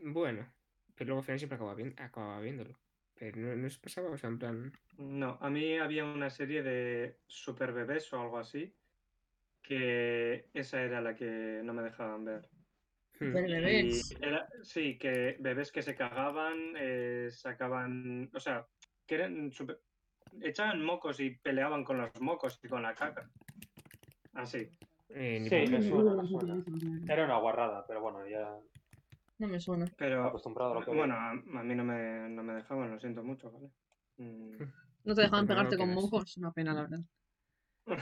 Speaker 4: bueno, pero luego al final siempre acababa, vien- acababa viéndolo. Pero no, no se pasaba, o sea, en plan,
Speaker 3: No, a mí había una serie de super bebés o algo así, que esa era la que no me dejaban ver.
Speaker 2: Pero
Speaker 4: hmm,
Speaker 2: bebés.
Speaker 3: Y era- sí, que bebés que se cagaban, eh, sacaban, o sea, que eran super- echaban mocos y peleaban con los mocos y con la caca. Así.
Speaker 4: eh, ni
Speaker 1: Sí,
Speaker 4: puta
Speaker 1: me
Speaker 4: idea.
Speaker 1: suena, me suena. Era una guarrada, pero bueno, ya
Speaker 2: No me suena.
Speaker 3: Pero
Speaker 1: acostumbrado Pues, a lo que.
Speaker 3: bueno, a, a mí no me, no me dejaban, lo siento mucho, ¿vale? Mm.
Speaker 2: No te dejaban
Speaker 4: Pues nada,
Speaker 2: pegarte con
Speaker 4: apenas.
Speaker 2: mocos. Una pena, la verdad.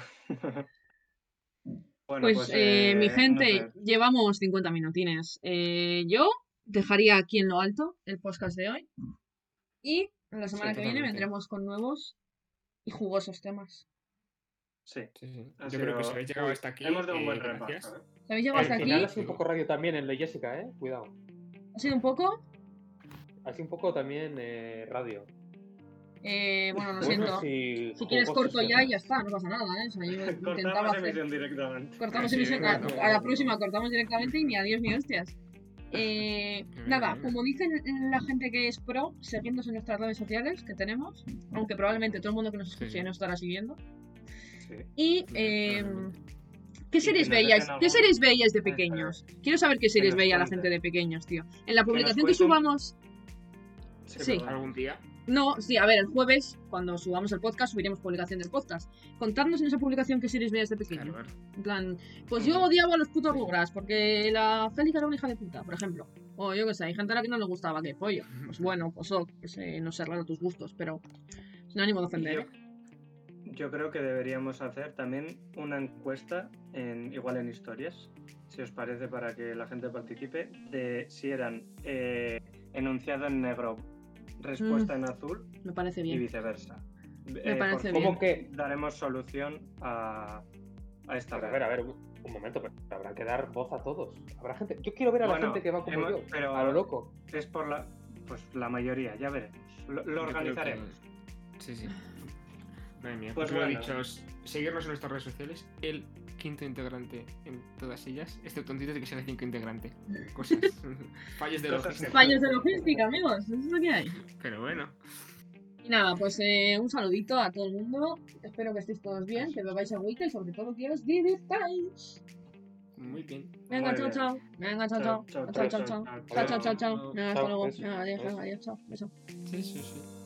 Speaker 3: Bueno,
Speaker 2: Pues, eh, mi
Speaker 3: eh, no
Speaker 2: gente,
Speaker 3: sé.
Speaker 2: llevamos 50 minutines. Eh, yo dejaría aquí en lo alto el podcast de hoy. Y la semana que viene
Speaker 4: totalmente.
Speaker 2: vendremos con nuevos y jugosos temas.
Speaker 3: Sí.
Speaker 4: Sí, sí.
Speaker 3: Ha
Speaker 4: Yo creo que
Speaker 3: sido-
Speaker 4: si habéis llegado hasta aquí,
Speaker 3: Ah, Hemos dado un
Speaker 4: eh,
Speaker 3: buen
Speaker 4: gracias.
Speaker 3: repaso. ¿eh?
Speaker 2: Si habéis llegado
Speaker 1: Al
Speaker 2: hasta aquí,
Speaker 1: final ha sido un poco radio también en lo de Jessica, ¿eh? Cuidado.
Speaker 2: ha sido un poco.
Speaker 1: Ha sido un poco también eh, radio.
Speaker 2: eh, bueno, lo
Speaker 1: Bueno,
Speaker 2: siento.
Speaker 1: si,
Speaker 2: Si quieres
Speaker 1: jugosos
Speaker 2: corto ya y
Speaker 1: temas.
Speaker 2: ya está, no pasa nada, ¿eh? O sea, yo intentaba
Speaker 3: Cortamos
Speaker 2: hacer.
Speaker 3: emisión directamente.
Speaker 2: Cortamos
Speaker 4: Sí,
Speaker 2: emisión.
Speaker 4: venga,
Speaker 2: A,
Speaker 4: no,
Speaker 2: a la
Speaker 4: no.
Speaker 2: próxima cortamos directamente y ni adiós ni hostias. Eh,
Speaker 4: Venga,
Speaker 2: nada,
Speaker 4: venga.
Speaker 2: como dicen la gente que es pro, seguidnos en nuestras redes sociales que tenemos, aunque probablemente todo el mundo que nos escuche
Speaker 4: Sí.
Speaker 2: nos estará siguiendo.
Speaker 3: Sí.
Speaker 2: Y
Speaker 4: Sí,
Speaker 2: eh,
Speaker 4: claramente.
Speaker 2: ¿qué
Speaker 3: Y que
Speaker 2: series
Speaker 3: nos
Speaker 2: veíais?
Speaker 3: dejen
Speaker 2: ¿Qué
Speaker 3: algo.
Speaker 2: series veíais de
Speaker 3: Eso es.
Speaker 2: pequeños? Quiero saber qué series
Speaker 3: nos
Speaker 2: veía la gente
Speaker 3: cuenten.
Speaker 2: de pequeños, tío. En la publicación que
Speaker 3: cuenten.
Speaker 2: subamos, Sí.
Speaker 3: perdón.
Speaker 4: ¿Algún día?
Speaker 2: no, sí, a ver, el jueves cuando subamos el podcast subiremos publicación del podcast. Contadnos en esa publicación qué series veíais de pequeños.
Speaker 4: Claro, claro.
Speaker 2: En plan, pues yo odiaba a los putos Rugrats porque la Angélica era una hija de puta, por ejemplo. O yo qué sé, hay gente a la que no le gustaba, que pollo. Pues bueno, pues, oh, pues, eh, no sé, raro tus gustos, pero sin ánimo de ofender.
Speaker 3: Yo,
Speaker 2: ¿eh?
Speaker 3: yo creo que deberíamos hacer también una encuesta en igual en historias si os parece, para que la gente participe, de si eran eh, enunciado en negro, respuesta en azul
Speaker 2: Me parece
Speaker 3: y
Speaker 2: Mm, bien.
Speaker 3: viceversa. Eh,
Speaker 2: Me parece
Speaker 3: por
Speaker 1: ¿Cómo
Speaker 2: bien.
Speaker 1: que?
Speaker 3: daremos solución a, a esta
Speaker 1: A ver,
Speaker 3: regla.
Speaker 1: a ver, un, un momento, pero habrá que dar voz a todos. Habrá gente. Yo quiero ver a la
Speaker 3: Bueno,
Speaker 1: gente que va como
Speaker 3: hemos-
Speaker 1: yo.
Speaker 3: pero-
Speaker 1: A lo loco.
Speaker 3: Es por la, pues, la mayoría, ya veremos. Lo, lo
Speaker 4: Yo creo
Speaker 3: organizaremos.
Speaker 4: que- Sí, sí. Madre mía,
Speaker 3: Pues
Speaker 4: pues lo he
Speaker 3: bueno.
Speaker 4: dicho, s- seguirnos en nuestras redes sociales, el quinto integrante en todas ellas, este tontito de que sea el cinco integrante. Cosas, fallos de
Speaker 3: Cosas
Speaker 4: logística.
Speaker 3: que-
Speaker 2: Fallos de logística, amigos. Eso es lo que hay.
Speaker 4: Pero bueno,
Speaker 2: Y nada, pues eh, un saludito a todo el mundo. Espero que estéis todos bien, que bebáis agüita y sobre todo que os divirtáis.
Speaker 4: muy bien.
Speaker 2: Venga,
Speaker 3: Muy
Speaker 2: chao,
Speaker 3: bien.
Speaker 2: chao. Venga, chao, chao. Chao, chao, chao. Chao, chao, chao. Venga, hasta
Speaker 1: Chao,
Speaker 2: luego.
Speaker 1: beso,
Speaker 2: Venga, adiós,
Speaker 1: beso.
Speaker 2: adiós, chao. Beso.
Speaker 4: Sí, sí, sí.